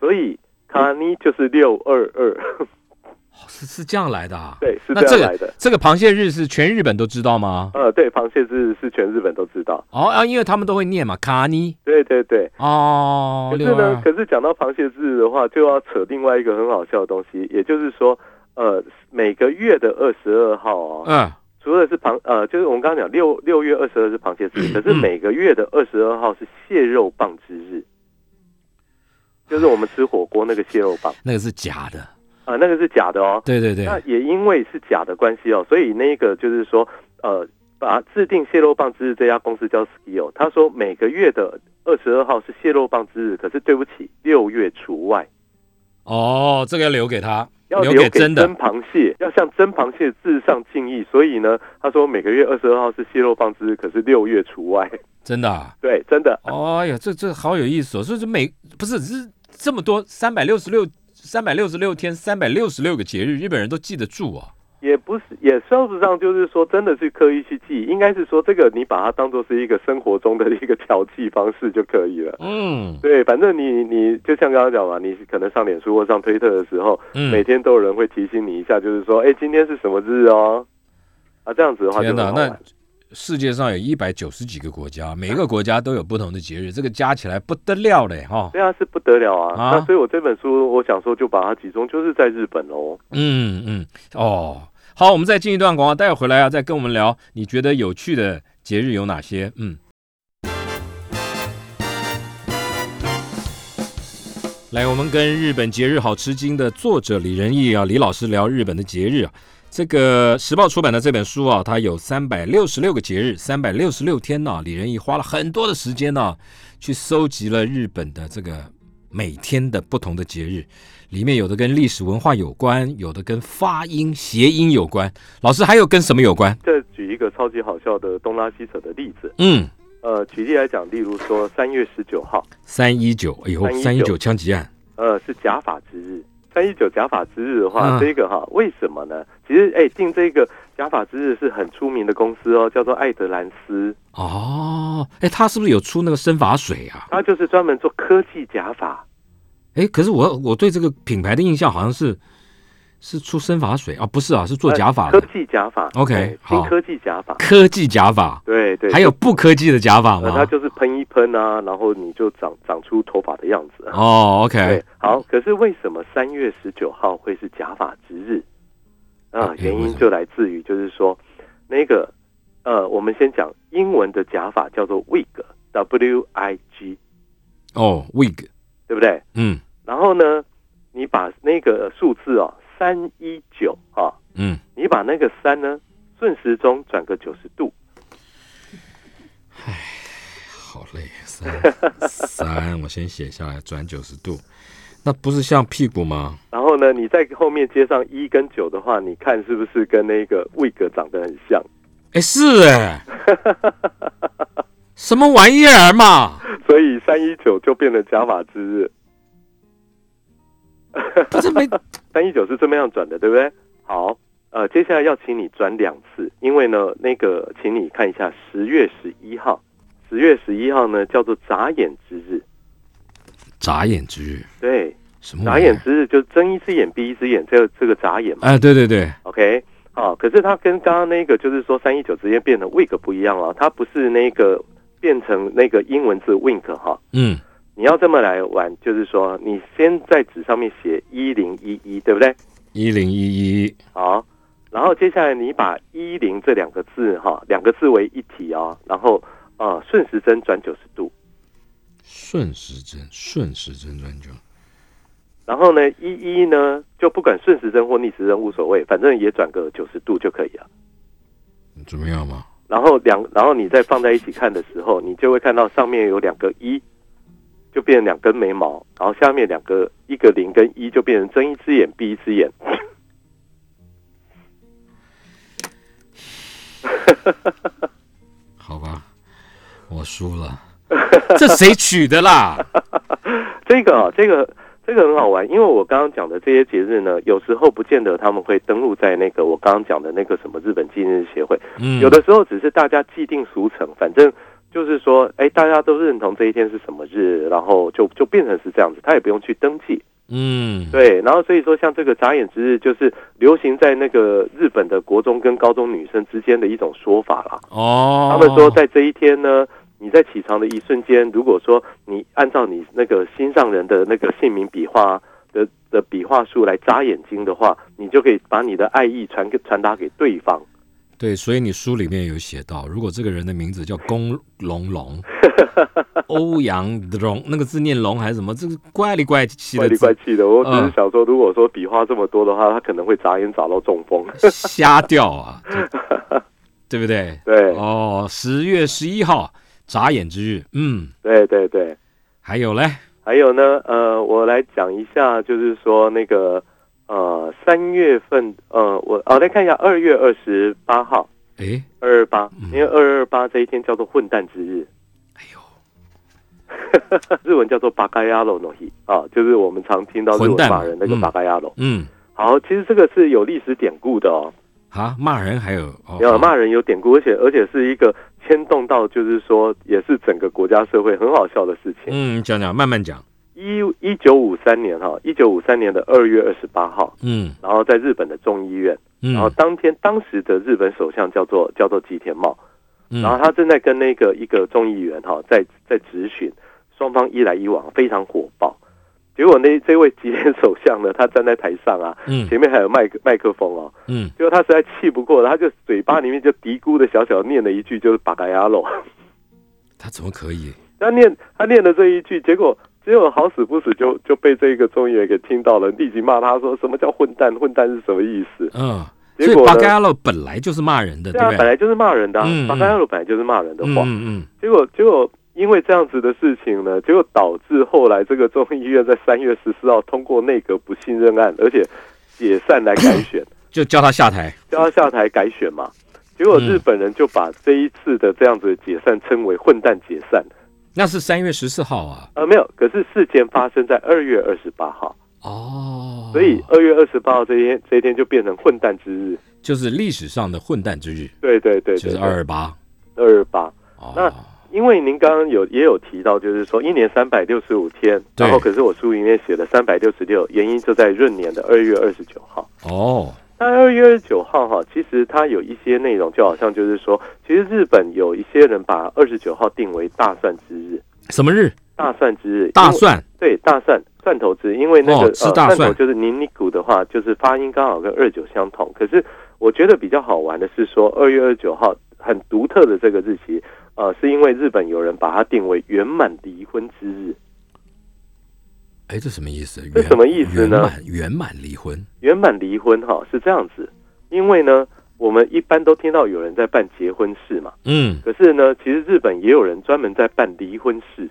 S3: 所以卡尼就是六二二，
S2: 是是这样来的啊。
S3: 对，是
S2: 那
S3: 这
S2: 这
S3: 样来
S2: 个
S3: 的。
S2: 这个螃蟹日是全日本都知道吗？
S3: 呃，对，螃蟹是是全日本都知道，
S2: 哦啊，因为他们都会念嘛，卡尼
S3: 对对对。
S2: 哦，
S3: 可是
S2: 六
S3: 呢
S2: 二，
S3: 可是讲到螃蟹日的话，就要扯另外一个很好笑的东西，也就是说，呃，每个月的二十二号啊，
S2: 嗯，
S3: 除了是螃，呃，就是我们刚刚讲六六月二十二是螃蟹
S2: 嗯
S3: 日，可是每个月的二十二号是蟹肉棒之日，就是我们吃火锅那个蟹肉棒，
S2: 那个是假的，
S3: 啊、那个是假的哦。
S2: 对对对，
S3: 那也因为是假的关系哦，所以那个就是说，呃，把制定蟹肉棒之日这家公司叫 Skio，他说每个月的二十二号是蟹肉棒之日，可是对不起，六月除外，
S2: 哦，这个要留给他，
S3: 要
S2: 留
S3: 留给
S2: 真的，
S3: 螃蟹，要向真螃蟹致上敬意。所以呢，他说每个月二十二号是蟹肉棒之日，可是六月除外。
S2: 真的啊。
S3: 对，真的，
S2: 哦呀，这这好有意思哦！所以这每不是是这么多三百六十六三百六十六天三百六十六个节日，日本人都记得住啊。
S3: 也不是也算不上，就是说真的去刻意去记，应该是说这个你把它当做是一个生活中的一个调剂方式就可以了。
S2: 嗯
S3: 对，反正你你就像刚刚讲嘛，你可能上脸书或上推特的时候，每
S2: 嗯，
S3: 天都有人会提醒你一下，就是说，哎，今天是什么日哦？啊，这样子的话就
S2: 天
S3: 很好
S2: 那
S3: 玩。
S2: 世界上有一百九十几个国家，每个国家都有不同的节日，这个加起来不得了嘞哈。
S3: 对啊，是不得了啊！
S2: 啊
S3: 那所以我这本书，我想说就把它集中，就是在日本喽。
S2: 嗯嗯，哦，好，我们再进一段广告，待会回来啊，再跟我们聊你觉得有趣的节日有哪些？嗯。来，我们跟日本节日好吃惊的作者李仁义啊，李老师聊日本的节日啊。这个时报出版的这本书啊，它有三百六十六个节日，三百六十六天呢、李仁义花了很多的时间呢、去搜集了日本的这个每天的不同的节日。里面有的跟历史文化有关，有的跟发音谐音有关。老师还有跟什么有关？
S3: 再举一个超级好笑的东拉西扯的例子，
S2: 嗯，
S3: 呃，举例来讲，例如说三月十九号，
S2: 三一九，哎呦，三一九
S3: 319
S2: 枪击案，
S3: 呃，是假发之日。三一九假发之日的话，
S2: 嗯
S3: 这个哈，为什么呢？其实，哎，定这个假发之日是很出名的公司哦，叫做艾德兰斯。
S2: 哦，哎，他是不是有出那个生发水啊？
S3: 它就是专门做科技假发。
S2: 哎，可是我我对这个品牌的印象好像是是出生发水啊，不是啊，是做假发
S3: 呃科
S2: 的，
S3: 技假发
S2: OK，
S3: 对
S2: 好
S3: 新科技假发，
S2: 科技假发，
S3: 对对，
S2: 还有不科技的假发
S3: 呃，它
S2: 吗？
S3: 就是喷一喷啊，然后你就长长出头发的样子啊。
S2: 哦，OK，
S3: 对，好，可是为什么三月十九号会是假发之日？啊
S2: 哎，
S3: 原
S2: 为什
S3: 因
S2: 么
S3: 就来自于就是说，那个呃，我们先讲英文的假发叫做 wig，w i g，
S2: 哦，wig，
S3: 对不对？
S2: 嗯
S3: 然后呢，你把那个数字哦，三一九啊，
S2: 嗯，
S3: 你把那个三呢，顺时钟转个九十度，
S2: 好累，三三，我先写下来，转九十度，那不是像屁股吗？
S3: 然后呢，你在后面接上一跟九的话，你看是不是跟那个 wig 长得很像？
S2: 哎，是 哎，什么玩意儿 嘛？
S3: 所以三一九就变成假发之日，
S2: 不是没
S3: 三一九是这么样转的，对不对？好，呃，接下来要请你转两次，因为呢，那个请你看一下十月十一号，十月十一号呢叫做眨眼之日，
S2: 眨眼之日
S3: 对，
S2: 什么
S3: 眨
S2: 玩意儿？
S3: 眼之日就是睁一只眼闭一只眼，这个这个眨眼嘛。
S2: 哎，对对对，
S3: OK，好、可是它跟刚刚那个就是说三一九直接变成 wink 不一样了，它不是那个变成那个英文字 wink 哈、
S2: 嗯，
S3: 你要这么来玩，就是说你先在纸上面写一零一一，对不对？
S2: 一零一一，
S3: 好，然后接下来你把一零这两个字哈、两个字为一体哦，然后呃顺时针转九十度，
S2: 顺时针，顺时针转九，
S3: 然后呢一一呢就不管顺时针或逆时针无所谓，反正也转个九十度就可以了。
S2: 怎么样嘛？
S3: 然后两，然后你再放在一起看的时候，你就会看到上面有两个一，就变成两根眉毛，然后下面两个一个零跟一就变成睁一只眼闭一只眼。
S2: 好吧，我输 了，这谁取的啦？
S3: 这个啊，这个这个很好玩，因为我刚刚讲的这些节日呢，有时候不见得他们会登录在那个我刚刚讲的那个什么日本纪念日协会，
S2: 嗯，
S3: 有的时候只是大家既定俗成，反正。就是说，哎，大家都认同这一天是什么日，然后就就变成是这样子，他也不用去登记。
S2: 嗯，
S3: 对，然后所以说像这个眨眼之日，就是流行在那个日本的国中跟高中女生之间的一种说法啦。
S2: 哦，
S3: 他们说在这一天呢，你在起床的一瞬间，如果说你按照你那个心上人的那个姓名笔画的的笔画数来眨眼睛的话，你就可以把你的爱意传给传达给对方。
S2: 对，所以你书里面有写到，如果这个人的名字叫龚龙 龙，欧阳龙，那个字念龙还是什么？这个怪里怪气
S3: 怪
S2: 的
S3: 里
S2: 字
S3: 怪，气的，我只
S2: 嗯
S3: 是想说，如果说笔画这么多的话，他可能会眨眼找到中风。
S2: 瞎掉 啊，这对不对？
S3: 对
S2: 哦，十月十一号，眨眼之日，嗯，
S3: 对对对。
S2: 还有嘞，
S3: 还有呢，呃，我来讲一下，就是说那个呃，三月份，呃，我哦来看一下二月二十八号，
S2: 哎，
S3: 二二八，因为二二八这一天叫做混蛋之日，
S2: 哎呦，
S3: 日文叫做巴嘎亚罗诺希啊，就是我们常听到日
S2: 混
S3: 文
S2: 蛋
S3: 骂人那个
S2: 嗯
S3: 巴嘎亚罗。
S2: 嗯，
S3: 好，其实这个是有历史典故的哦，
S2: 啊，骂人还有哦，
S3: 有骂人有典故，而且而且是一个牵动到，就是说也是整个国家社会很好笑的事情。
S2: 嗯，讲讲，慢慢讲，
S3: 一一九五三年哈，一九五三年的二月二十八号，
S2: 嗯
S3: 然后在日本的众议院。然后
S2: 嗯
S3: 当天当时的日本首相叫做叫做吉田茂，
S2: 嗯，
S3: 然后他正在跟那个一个众议员哈、在在质询，双方一来一往非常火爆。结果那这位吉田首相呢，他站在台上啊，
S2: 嗯
S3: 前面还有麦克麦克风哦，
S2: 嗯，
S3: 结果他实在气不过了，他就嘴巴里面就嘀咕的小小念了一 句，就是“巴嘎亚罗”，
S2: 他怎么可以？
S3: 他念他念了这一句，结果结果好死不死就就被这个众议员给听到了，立即骂他说什么叫混蛋，混蛋是什么意思？
S2: 嗯，
S3: 结
S2: 所以
S3: 果呢
S2: 巴嘎洛本来就是骂人的，
S3: 对
S2: 对
S3: 啊，
S2: 不
S3: 本
S2: 对？
S3: 来就是骂人的、啊
S2: 嗯，
S3: 巴
S2: 嗯
S3: 嘎亚罗本来就是骂人的
S2: 嗯
S3: 话。
S2: 嗯
S3: 结果结果因为这样子的事情呢，结果导致后来这个众议院在三月十四号通过内阁不信任案，而且解散来改 选，
S2: 嗯，就叫他下台。
S3: 叫他下台改选嘛。结果日本人就把这一次的这样子的解散称为混蛋解散，
S2: 那是三月十四号啊。
S3: 呃，没有，可是事件发生在二月二十八号，
S2: 哦，
S3: 所以二月二十八号这一天这一天就变成混蛋之日，
S2: 就是历史上的混蛋之日，
S3: 对对对
S2: 就
S3: 对
S2: 是二二八。
S3: 二二八。那
S2: 哦，
S3: 因为您刚刚有也有提到，就是说一年三百六十五天，
S2: 对
S3: 然后可是我书里面写的三百六十六，原因就在闰年的二月二十九号。
S2: 哦，
S3: 那二月二十九号哈，其实它有一些内容，就好像就是说，其实日本有一些人把二十九号定为大蒜之日，
S2: 什么日？
S3: 大蒜之日，
S2: 大
S3: 因为
S2: 蒜。
S3: 对大蒜蒜头之日，因为那个、
S2: 哦吃大
S3: 呃、
S2: 蒜
S3: 蒜头就是尼尼古的话，就是发音刚好跟二九相同。可是我觉得比较好玩的是说，二月二十九号很独特的这个日期，呃，是因为日本有人把它定为圆满离婚之日。
S2: 哎，这什么意思？
S3: 这什么意思
S2: 圆
S3: 呢
S2: 满圆满离婚。
S3: 圆满离婚哈是这样子，因为呢，我们一般都听到有人在办结婚事嘛，
S2: 嗯，
S3: 可是呢，其实日本也有人专门在办离婚事，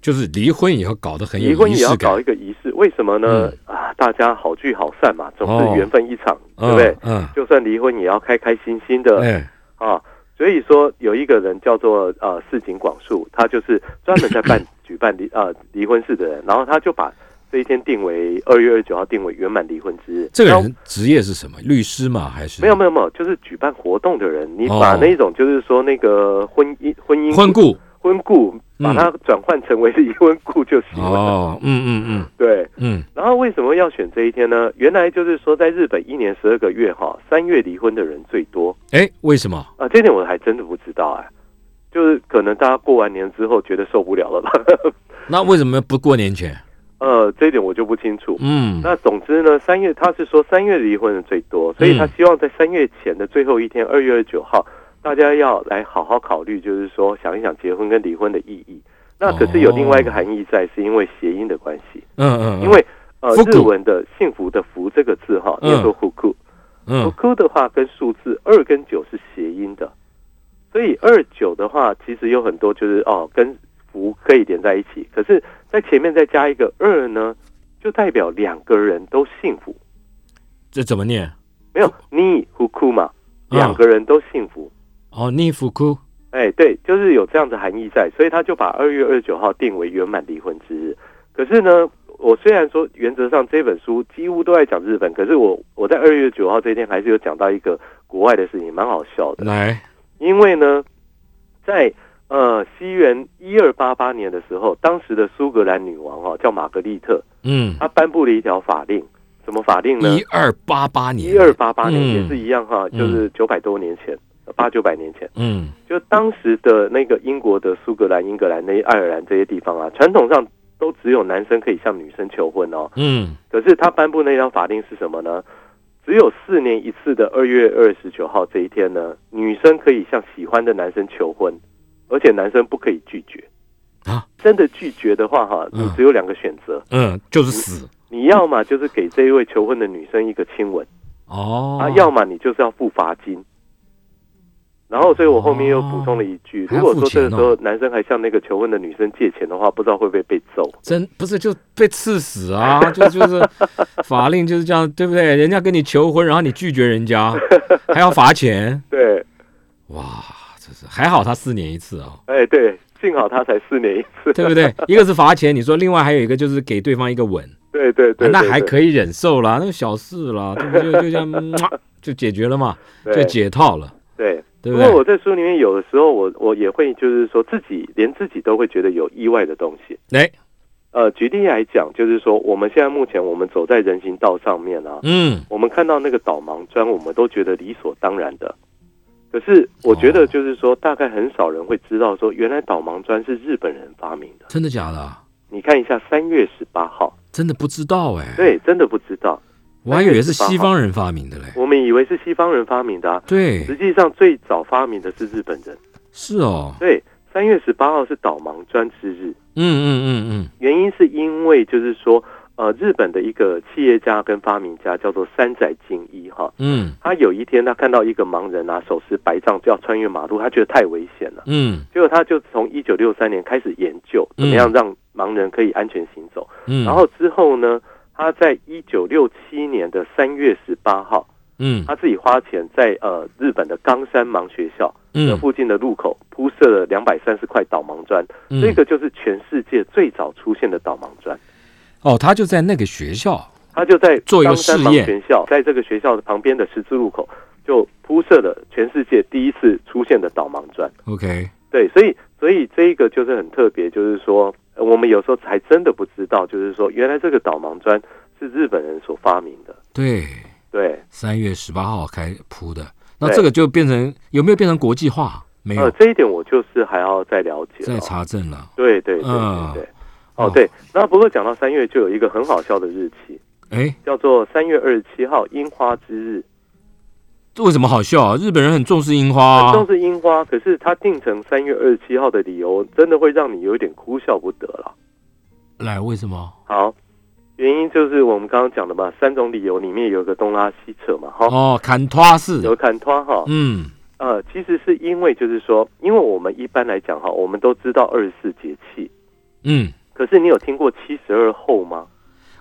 S2: 就是离婚也要搞得很哎有
S3: 离婚
S2: 仪
S3: 也
S2: 式
S3: 要
S2: 感嗯
S3: 搞，一个仪式，为什么呢？啊，大家好聚好散嘛，总
S2: 哦
S3: 是缘分一场，对
S2: 嗯
S3: 不对？
S2: 嗯，
S3: 就算离婚也要开开心心的、
S2: 哎，
S3: 啊。所以说，有一个人叫做呃市井广树，他就是专门在办举办离呃离婚事的人，然后他就把这一天定为二月二十九号定为圆满离婚之日。
S2: 这个
S3: 然后
S2: 人职业是什么？律师吗？还是
S3: 没有没有没有，就是举办活动的人，你
S2: 哦
S3: 把那种就是说那个婚姻婚姻
S2: 婚故？嗯
S3: 温故，把它转换成为离温故就行了。
S2: 哦，嗯嗯
S3: 对，
S2: 嗯
S3: 然后为什么要选这一天呢？原来就是说，在日本一年十二个月哈，三月离婚的人最多
S2: 嗯，哎，为什么？
S3: 啊、这点我还真的不知道哎、就是可能大家过完年之后觉得受不了了吧？
S2: 那为什么不过年前？
S3: 呃，这一点我就不清楚。
S2: 嗯，
S3: 那总之呢，三月他是说三月离婚的最多，所
S2: 嗯
S3: 以他希望在三月前的最后一天，二月二十九号，大家要来好好考虑，就是说想一想结婚跟离婚的意义。那可是有另外一个含义在，是因为谐音的关系，
S2: 嗯哦嗯，
S3: 因为呃
S2: 复古
S3: 日文的幸福的福这个字哈，念作福库，福
S2: 嗯
S3: 库的话跟数字二跟九是谐音的，所以二九的话其实有很多就是哦跟福可以连在一起，可是在前面再加一个二呢，就代表两个人都幸福。
S2: 这怎么念？
S3: 没有你呼哭嘛，
S2: 嗯
S3: 两个人都幸福。
S2: 哦，逆福哭，
S3: 哎，对，就是有这样的含义在，所以他就把二月二十九号定为圆满离婚之日。可是呢，我虽然说原则上这本书几乎都在讲日本，可是我我在二月九号这一天还是有讲到一个国外的事情，蛮好笑的。
S2: 来，
S3: 因为呢，在呃西元一二八八年的时候，当时的苏格兰女王哦叫玛格丽特，
S2: 嗯，
S3: 她颁布了一条法令，什么法令呢？
S2: 一二八八年，
S3: 一二，八八年
S2: 嗯
S3: 也是一样哈，
S2: 嗯
S3: 就是九百多年前，八九百年前，
S2: 嗯
S3: 就当时的那个英国的苏格兰、英格兰、那爱尔兰这些地方啊，传统上都只有男生可以向女生求婚哦。
S2: 嗯，
S3: 可是他颁布那条法令是什么呢？只有四年一次的二月二十九号这一天呢，女生可以向喜欢的男生求婚，而且男生不可以拒绝。
S2: 啊，
S3: 真的拒绝的话哈，
S2: 嗯
S3: 你只有两个选择，
S2: 嗯，就是死
S3: 你要么就是给这一位求婚的女生一个亲吻。
S2: 哦，
S3: 啊，要么你就是要付罚金。然后，所以我后面又补充了一句：
S2: 还要
S3: 如果
S2: 付
S3: 说这个
S2: 钱
S3: 时
S2: 哦
S3: 候男生还向那个求婚的女生借钱的话，不知道会不会被揍。
S2: 真不是就被刺死啊， 就就是法令就是这样，对不对？人家跟你求婚，然后你拒绝人 家，还要罚钱，
S3: 对，
S2: 哇，这是还好他四年一次啊、
S3: 哎，对，幸好他才四年一次。
S2: 对不 对？一个是罚钱，你说另外还有一个就是给对方一个吻，
S3: 对对对，
S2: 啊那还
S3: 以。
S2: 可以忍受啦，那小事啦，对不对？就就这样 mwah，就解决了嘛，就
S3: 对
S2: 解套了，
S3: 对，
S2: 对
S3: 不
S2: 不
S3: 过
S2: 对？
S3: 我在书里面有的时候我，我也会就是说自己连自己都会觉得有意外的东西。
S2: 哎，
S3: 呃，举例来讲，就是说我们现在目前我们走在人行道上面啊，
S2: 嗯，
S3: 我们看到那个导盲砖，我们都觉得理所当然的。可
S2: 哦
S3: 是我觉得，就是说，大概很少人会知道，说原来导盲砖是日本人发明的。
S2: 真的假的啊？
S3: 你看一下，三月十八 号，
S2: 真的不知道哎、
S3: 对，真的不知道，
S2: 我还以为是西方人发明的嘞。
S3: 我们以为是西方人发明的、啊，
S2: 对
S3: 实，际上最早发明的是日本人。
S2: 是哦，
S3: 对，三月十八号是导盲砖之日，
S2: 嗯嗯嗯
S3: 原因是因为就是说，呃，日本的一个企业家跟发明家叫做山宅精一哈，
S2: 嗯
S3: 他有一天他看到一个盲人啊，手持白杖就要穿越马路，他觉得太危险了。
S2: 嗯
S3: 结果他就从一九六三年开始研究怎么样让盲人可以安全行走，
S2: 嗯，
S3: 然后之后呢，他在一九六七年的三月十八号，
S2: 嗯
S3: 他自己花钱在呃日本的冈山盲学校的
S2: 嗯
S3: 附近的路口铺设了两百三十块导盲砖，
S2: 嗯
S3: 这个就是全世界最早出现的导盲砖。
S2: 哦，他就在那个学校，
S3: 他就在
S2: 做一个
S3: 冈山
S2: 试
S3: 盲
S2: 验
S3: 学校，在这个学校的旁边的十字路口就铺设了全世界第一次出现的导盲砖。
S2: OK，
S3: 对，所以所以这一个就是很特别，就是说呃我们有时候还真的不知道，就是说原来这个导盲砖是日本人所发明的。
S2: 对，
S3: 对，
S2: 三月十八号开铺的，那
S3: 对
S2: 这个就变成有没有变成国际化？没
S3: 呃，
S2: 有，
S3: 这一点我就是还要再了解、
S2: 哎再
S3: 哦。
S2: 查证了。
S3: 对对对
S2: 嗯
S3: 对对。哦，对，那不过讲到三月，就有一个很好笑的日期，
S2: 哎，
S3: 叫做三月二十七号樱花之日。
S2: 这为什么好笑啊？日本人很重视樱花、
S3: 很重
S2: 啊，
S3: 视樱花，可是它定成三月二十七号的理由，真的会让你有一点哭笑不得了。
S2: 来，为什么？
S3: 好，原因就是我们刚刚讲的嘛，三种理由里面有一个东拉西扯嘛，哈、
S2: 哦，砍花式，
S3: 有砍拖哈，
S2: 嗯
S3: 呃，其实是因为就是说，因为我们一般来讲哈，我们都知道二十四节气，
S2: 嗯，
S3: 可是你有听过七十二候吗？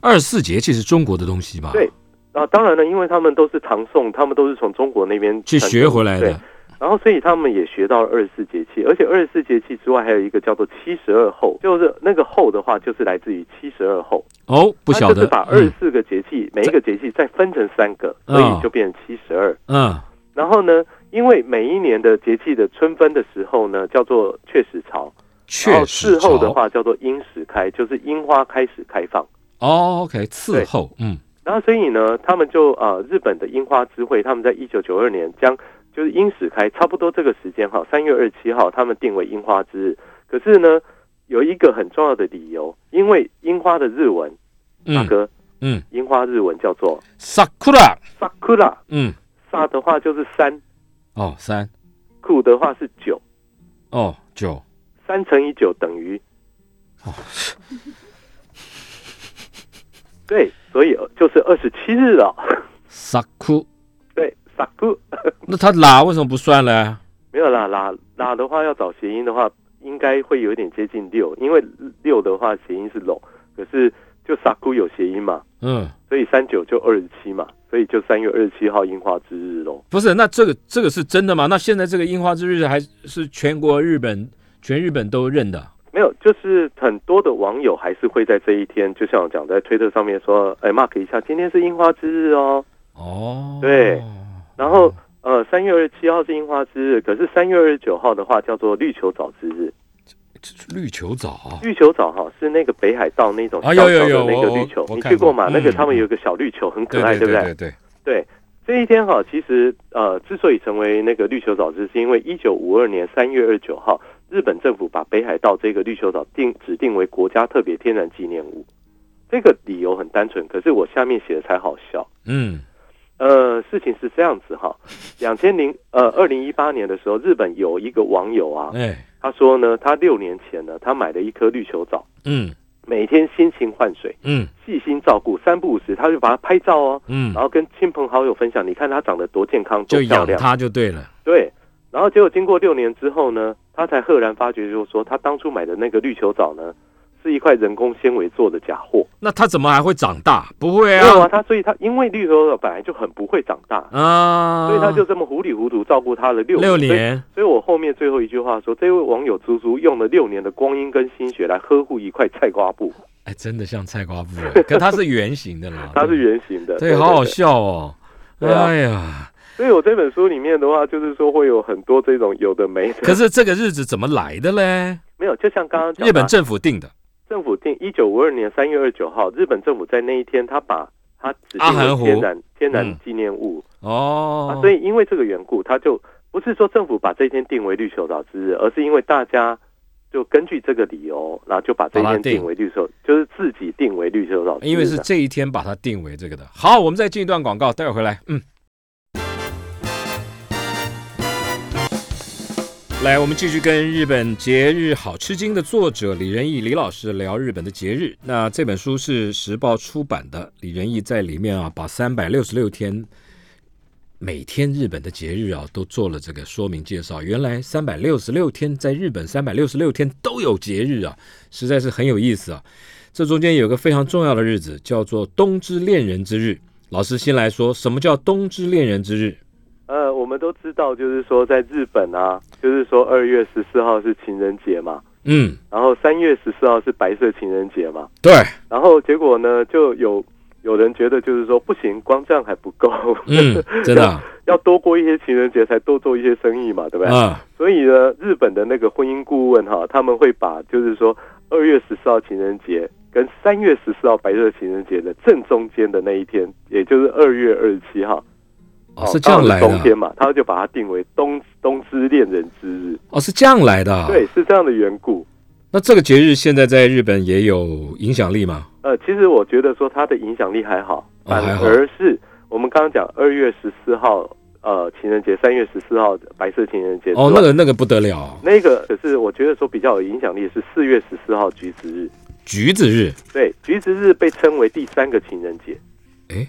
S2: 二十四节气是中国的东西吧？
S3: 对啊，当然了，因为他们都是唐宋，他们都是从中国那边
S2: 去
S3: 传
S2: 学回来
S3: 对
S2: 的。
S3: 然后，所以他们也学到了二十四节气，而且二十四节气之外还有一个叫做七十二候，就是那个候的话，就是来自于七十二候。
S2: 哦，不晓
S3: 它就是
S2: 得，
S3: 把二十四个节气、每一个节气再分成三个，
S2: 嗯
S3: 所以就变成七十二。
S2: 嗯
S3: 哦然后呢，因为每一年的节气的春分的时候呢，叫做确实潮，然
S2: 确
S3: 后
S2: 实
S3: 事后的
S2: 潮。
S3: 话叫做樱始开，就是樱花开始开放。
S2: 哦，OK，伺
S3: 对
S2: 候，嗯，
S3: 然后所以呢，他们就呃，日本的樱花之会，他们在一九九二年将就是樱始开，差不多这个时间哈，三月二十七号，他们定为樱花之日。可是呢，有一个很重要的理由，因为樱花的日文，大
S2: 嗯
S3: 哥，
S2: 嗯
S3: 樱花日文叫做
S2: ，sakura，
S3: sakura，
S2: 嗯，
S3: 萨的话就是三，
S2: 哦，三，
S3: 库的话是九，
S2: 哦，九，
S3: 三乘以九等于， 对，所以就是二十七日了。
S2: saku，
S3: 对，saku
S2: 那他啦为什么不算呢？
S3: 没有啦，啦啦的话要找谐音的话，应该会有点接近六，因为六的话谐音是拢，可是就 saku 有谐音嘛，
S2: 嗯，
S3: 所以三九就二十七嘛，所以就三月二十七号樱花之日喽。
S2: 不是，那这个这个是真的吗？那现在这个樱花之日还是全国日本全日本都认的？
S3: 没有，就是很多的网友还是会在这一天，就像我讲在推特上面说，哎，mark 一下，今天是樱花之日哦。
S2: 哦，
S3: 对然后呃，三月二十七号是樱花之日，可是三月二十九号的话叫做绿球藻之日。
S2: 这是绿球藻啊，
S3: 绿球藻哈是那个北海道那种
S2: 啊
S3: 小
S2: 有
S3: 小
S2: 有有
S3: 的那
S2: 我
S3: 个
S2: 我
S3: 绿球
S2: 我，
S3: 你
S2: 看
S3: 去过吗？
S2: 过
S3: 那个
S2: 嗯
S3: 他们有一个小绿球，很可爱，
S2: 对
S3: 不
S2: 对
S3: 对？
S2: 对，
S3: 对。这一天哈，其实呃，之所以成为那个绿球藻之，是因为一九五二年三月二十九号，日本政府把北海道这个绿球藻定指定为国家特别天然纪念物。这个理由很单纯，可是我下面写的才好笑。
S2: 嗯
S3: 呃，事情是这样子 哈，两千零呃二零一八年的时候，日本有一个网友啊，
S2: 哎
S3: 他说呢，他六年前呢，他买了一颗绿球藻，
S2: 嗯
S3: 每天心情换水，
S2: 嗯
S3: 细心照顾，三不五时他就把它拍照哦，
S2: 嗯
S3: 然，后跟亲朋好友分享，你看它长得多健康，多
S2: 就
S3: 漂
S2: 养
S3: 亮，
S2: 它就对了。
S3: 对。然后结果经过六年之后呢，他才赫然发觉，就是说他当初买的那个绿球藻呢，是一块人工纤维做的假货。
S2: 那它怎么还会长大？不会
S3: 没
S2: 啊
S3: 有啊，他所以他因为绿球藻本来就很不会长大，
S2: 啊，
S3: 所以他就这么糊里糊涂照顾它了六
S2: 六
S3: 所以
S2: 年，
S3: 所以我后面最后一句话说，这位网友足足用了六年的光阴跟心血来呵护一块菜瓜布，
S2: 哎，真的像菜瓜 布哎，可它是圆形的啦，
S3: 它是圆形的。
S2: 对，好好笑哦。
S3: 对啊
S2: 哎呀，
S3: 所以我这本书里面的话，就是说会有很多这种有的没的。
S2: 可是这个日子怎么来的嘞？
S3: 没有，就像刚刚讲的啊，
S2: 日本政府定的，
S3: 政府定一九五二年三月二十九号，日本政府在那一天，他把它指
S2: 阿
S3: 定
S2: 寒
S3: 为
S2: 湖
S3: 天然天
S2: 嗯
S3: 然纪念物、
S2: 哦
S3: 啊，，所以因为这个缘故，他就不是说政府把这一天定为绿球岛之日，而是因为大家。就根据这个理由，然后就把这一
S2: 把它
S3: 天
S2: 定哎
S3: 定为绿球，就是自己定为绿球岛之日啊。
S2: 因为是这一天把它定为这个的。好，我们再进一段广告，待会儿回来。嗯。来，我们继续跟日本节日好吃惊的作者李仁义李老师聊日本的节日。那这本书是时报出版的，李仁义在里面啊，把三百六十六天每天日本的节日啊，都做了这个说明介绍。原来三百六十六天在日本三百六十六天都有节日啊，实在是很有意思啊。这中间有个非常重要的日子，叫做冬之恋人之日。老师先来说，什么叫冬之恋人之日？
S3: 呃，我们都知道，就是说在日本啊，就是说二月十四号是情人节嘛，
S2: 嗯，
S3: 然后三月十四号是白色情人节嘛，
S2: 对，
S3: 然后结果呢，就有有人觉得就是说不行，光这样还不够，
S2: 嗯，真 的啊
S3: 要多过一些情人节才多做一些生意嘛，对不对？
S2: 啊，
S3: 所以呢，日本的那个婚姻顾问哈，他们会把就是说二月十四号情人节跟三月十四号白色情人节的正中间的那一天，也就是二月二十七号，
S2: 哦，是这样来
S3: 刚好是冬
S2: 的
S3: 天，嘛，他就把它定为冬冬之恋人之日。
S2: 哦，是这样来的啊。
S3: 对，是这样的缘故。
S2: 那这个节日现在在日本也有影响力吗？
S3: 呃，其实我觉得说它的影响力还好，
S2: 哦还
S3: 反
S2: 好
S3: 而是我们刚刚讲二月十四号呃情人节，三月十四号白色情人节之外
S2: 哦，那个那个不得了啊，
S3: 那个可是我觉得说比较有影响力的是四月十四号橘子日，
S2: 橘子日，
S3: 对，橘子日被称为第三个情人节，
S2: 哎，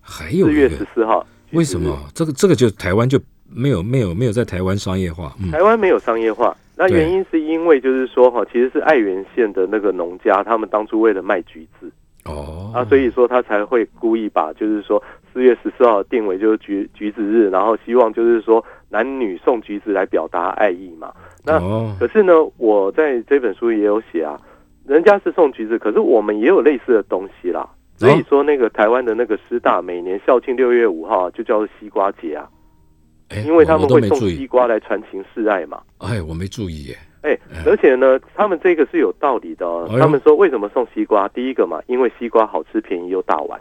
S2: 还有
S3: 四
S2: 一
S3: 月十
S2: 个，
S3: 四号。
S2: 为什？么这个这个就台湾就没有没有没有在台湾商业化？嗯
S3: 台湾没有商业化，那
S2: 对
S3: 原因是因为就是说哈，其实是爱媛县的那个农家，他们当初为了卖橘子，
S2: 哦，
S3: 啊，所以说他才会故意把就是说四月十四号定为就是橘橘子日，然后希望就是说男女送橘子来表达爱意嘛。那
S2: 哦，
S3: 可是呢，我在这本书也有写啊，人家是送橘子，可是我们也有类似的东西
S2: 哦
S3: 啦。所以说，那个台湾的那个师大每年校庆六月五号啊、就叫做西瓜节啊，
S2: 哎
S3: 因为他
S2: 我
S3: 们
S2: 哦我都
S3: 会
S2: 没
S3: 送
S2: 注意
S3: 西，瓜来传情示爱嘛。
S2: 哎，我没注意耶，
S3: 哎、而且呢，他们这个是有道理的、哦
S2: 哎。呦
S3: 他们说为什么送西瓜？第一个嘛，因为西瓜好吃、便宜又大 碗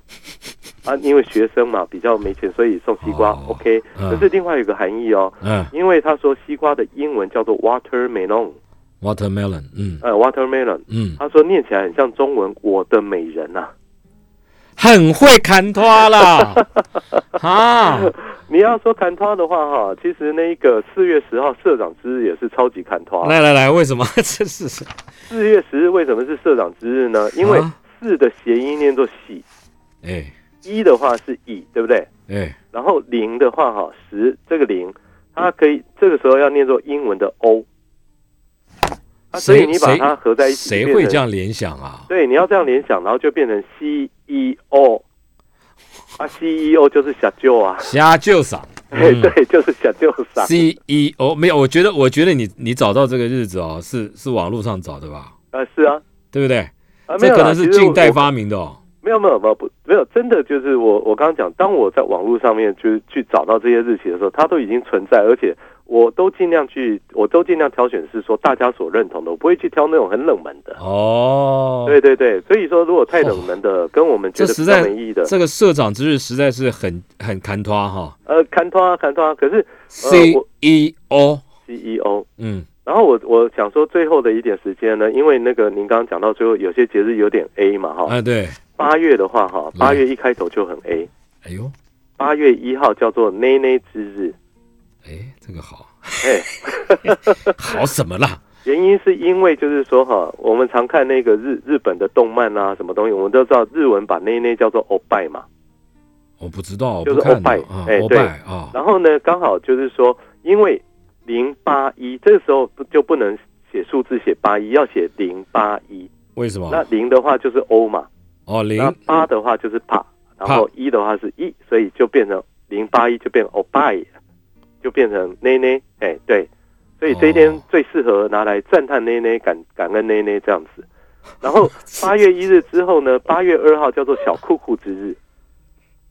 S3: 啊，因为学生嘛比较没钱，所以送西瓜、
S2: 哦
S3: OK。
S2: 嗯
S3: 可是另外有一个含义哦，
S2: 嗯
S3: 因为他说西瓜的英文叫做 watermelon，
S2: ，watermelon，嗯
S3: 呃，watermelon。
S2: 嗯，
S3: 他说念起来很像中文“我的美人”啊呐、
S2: 很会砍拖 啦，啊，
S3: 你要说砍他的话，哈，其实那个四月十号社长之日也是超级砍他。
S2: 来来来，为什么？这是
S3: 四月十日为什么是社长之日呢？因为
S2: 啊
S3: 四的谐音念作喜，
S2: 哎
S3: 一的话是乙，对不对？
S2: 哎
S3: 然后零的话，哈，十这个零，它可以这个时候要念作英文的 O。啊，所以
S2: 谁
S3: 你把它合在一起，
S2: 谁
S3: 变
S2: 会
S3: 成
S2: 这？样联想啊？
S3: 对，你要这样联想，然后就变成 CEO。啊，CEO 就是小舅啊，
S2: 瞎就傻。
S3: 嘿，
S2: 嗯
S3: 对，就是小舅上。
S2: CEO E 没有，我觉得，我觉得你你找到这个日子哦，是是网络上找的吧？
S3: 呃，是啊，
S2: 对不对？
S3: 啊，没
S2: 这
S3: 有
S2: 可
S3: 啦
S2: 能是
S3: 其实
S2: 近代
S3: 我
S2: 发明的哦。
S3: 没有没有没有不没有，真的就是我我刚刚讲，当我在网络上面就是去找到这些日期的时候，它都已经存在，而且我都尽量去，我都尽量挑选是说大家所认同的，我不会去挑那种很冷门的。
S2: 哦，
S3: 对，对对，所以说如果太冷门的，跟我们觉
S2: 这
S3: 得
S2: 实
S3: 比
S2: 在
S3: 较没意义的，
S2: 这个社长之日实在是很很堪拖哈。
S3: 呃，看通啊看通啊，可是我
S2: CEO，
S3: CEO。
S2: 嗯，
S3: 然后我我想说最后的一点时间呢，因为那个您刚刚讲到最后有些节日有点 A 嘛哈，
S2: 哎对，
S3: 八月的话哈，八月一开头就很 A，
S2: 哎呦，
S3: 八月一号叫做内内之日，
S2: 哎，这个好，
S3: 哎，
S2: 好什么啦？
S3: 原因是因为就是说哈，我们常看那个日日本的动漫啊，什么东西，我们都知道日文把内内叫做欧拜嘛。
S2: 我不知道，我
S3: 就是
S2: 不看的
S3: 欧拜
S2: 啊，
S3: 哎
S2: 欧
S3: 对
S2: 拜啊，
S3: 然后呢，刚好就是说，因为零八一这个时候不就不能写数字写八一，要写零八一。
S2: 为什么？
S3: 那零的话就是欧嘛，
S2: 哦，零
S3: 那八的话就是帕，然后一的话是一，所以就变成零八一就变欧拜，就变成内内。哎，对，所以这一天
S2: 哦
S3: 最适合拿来赞叹内内、感感恩内内这样子。然后八月一日之后呢，八月二号叫做小酷酷之日，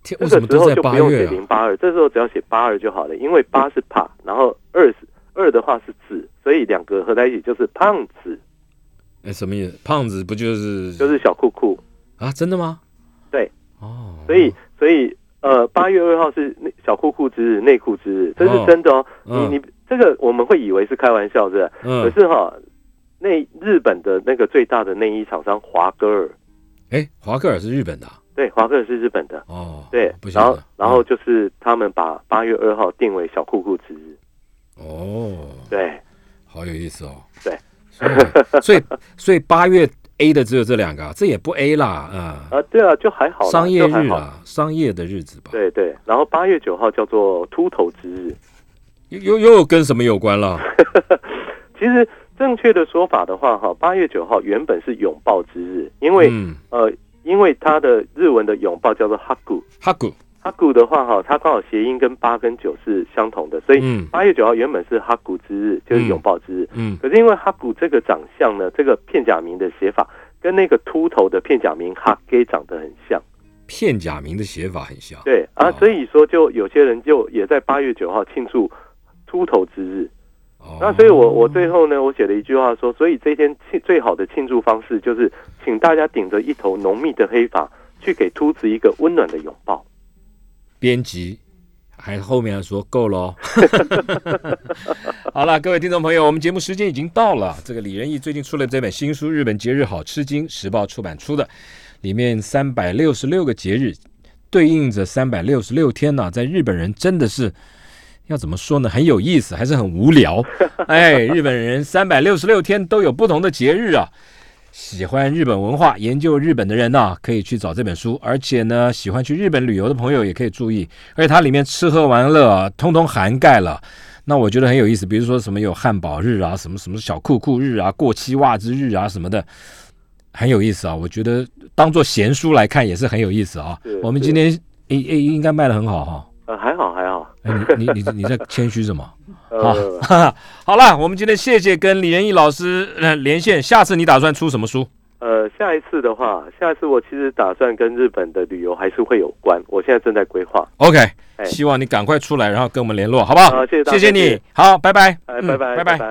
S2: 天
S3: 这
S2: 为
S3: 个
S2: 什么
S3: 时
S2: 都
S3: 候
S2: 在
S3: 就不
S2: 八
S3: 用写
S2: 月啊？
S3: 零八二，这时候只要写八二就好了，因为八是帕，然后二是二的话是子，所以两个合在一起就是胖子，
S2: 哎，什么意思？胖子不就是
S3: 就是小酷酷。
S2: 啊？真的吗？
S3: 对，
S2: 哦，
S3: 所以所以呃，八月二号是内小裤裤之日，内裤之日，这是真的哦。
S2: 嗯
S3: 你你这个我们会以为是开玩笑，是吧？
S2: 嗯
S3: 可，是哈、内日本的那个最大的内衣厂商华歌尔，
S2: 哎，华克尔是日本的啊
S3: 对，华歌尔是日本的，
S2: 哦，
S3: 对
S2: 不，晓
S3: 然
S2: 得嗯
S3: 后然后就是他们把八月二号定为小裤裤之日，
S2: 哦，
S3: 对。
S2: 好有意思哦。
S3: 对
S2: 所以， 所以所以八月 A 的只有这两个啊，这也不 A 啦，啊、
S3: 啊，对啊，就还好啦，
S2: 商业
S3: 就还
S2: 日
S3: 好。
S2: 啊，商业的日子吧。，
S3: 对对，然后八月九号叫做秃头之日。
S2: 又又跟什么有关了？
S3: 其实正确的说法的话，哈，八月九号原本是拥抱之日，因为、
S2: 嗯，
S3: 呃，因为它的日文的拥抱叫做哈古，
S2: 哈古，
S3: 哈古的话哈，它刚好谐音跟八跟九是相同的，所以
S2: 嗯
S3: 八月九号原本是哈古之日，就是拥抱之日。
S2: 嗯，
S3: 可是因为哈古这个长相呢，这个片假名的写法跟那个秃头的片假名哈给长得很像，
S2: 片假名的写法很像。
S3: 对啊，
S2: 哦
S3: 所以说就有些人就也在八月九号庆祝秃头之日。
S2: 哦，
S3: 那所以我我最后呢，我写了一句话说，所以这一天庆最好的庆祝方式就是，请大家顶着一头浓密的黑发，去给秃子一个温暖的拥抱。
S2: 编辑还后面还说够了哦。 好了，各位听众朋友，我们节目时间已经到了。这个李仁义最近出了这本新书《日本节日好吃惊》，时报出版出的，里面三百六十六个节日对应着三百六十六天呢、在日本人真的是。要怎么说呢？很有意思，还是很无聊。哎，日本人三百六十六天都有不同的节日啊。喜欢日本文化、研究日本的人呢、可以去找这本书。而且呢，喜欢去日本旅游的朋友也可以注意，而且它里面吃喝玩乐啊，通通涵盖了。那我觉得很有意思，比如说什么有汉堡日啊，什么什么小裤裤日啊，过期袜子日啊什么的，很有意思啊。我觉得当做闲书来看也是很有意思啊
S3: 是。
S2: 我们
S3: 是
S2: 今天诶诶应该卖的很好哈、
S3: 呃，还好还好，
S2: 哎，你你你你在谦虚什么？
S3: 呃，
S2: 好， 好了，我们今天谢谢跟李仁义老师呃连线，下次你打算出什么书？
S3: 呃，下一次的话，下一次我其实打算跟日本的旅游还是会有关，我现在正在规划。
S2: OK，
S3: 哎
S2: 希望你赶快出来，然后跟我们联络，好不好？
S3: 好谢谢大家
S2: 谢谢
S3: 谢
S2: 你
S3: 谢，
S2: 好，拜拜，
S3: 哎，
S2: 嗯
S3: 拜拜，
S2: 拜拜。
S3: 拜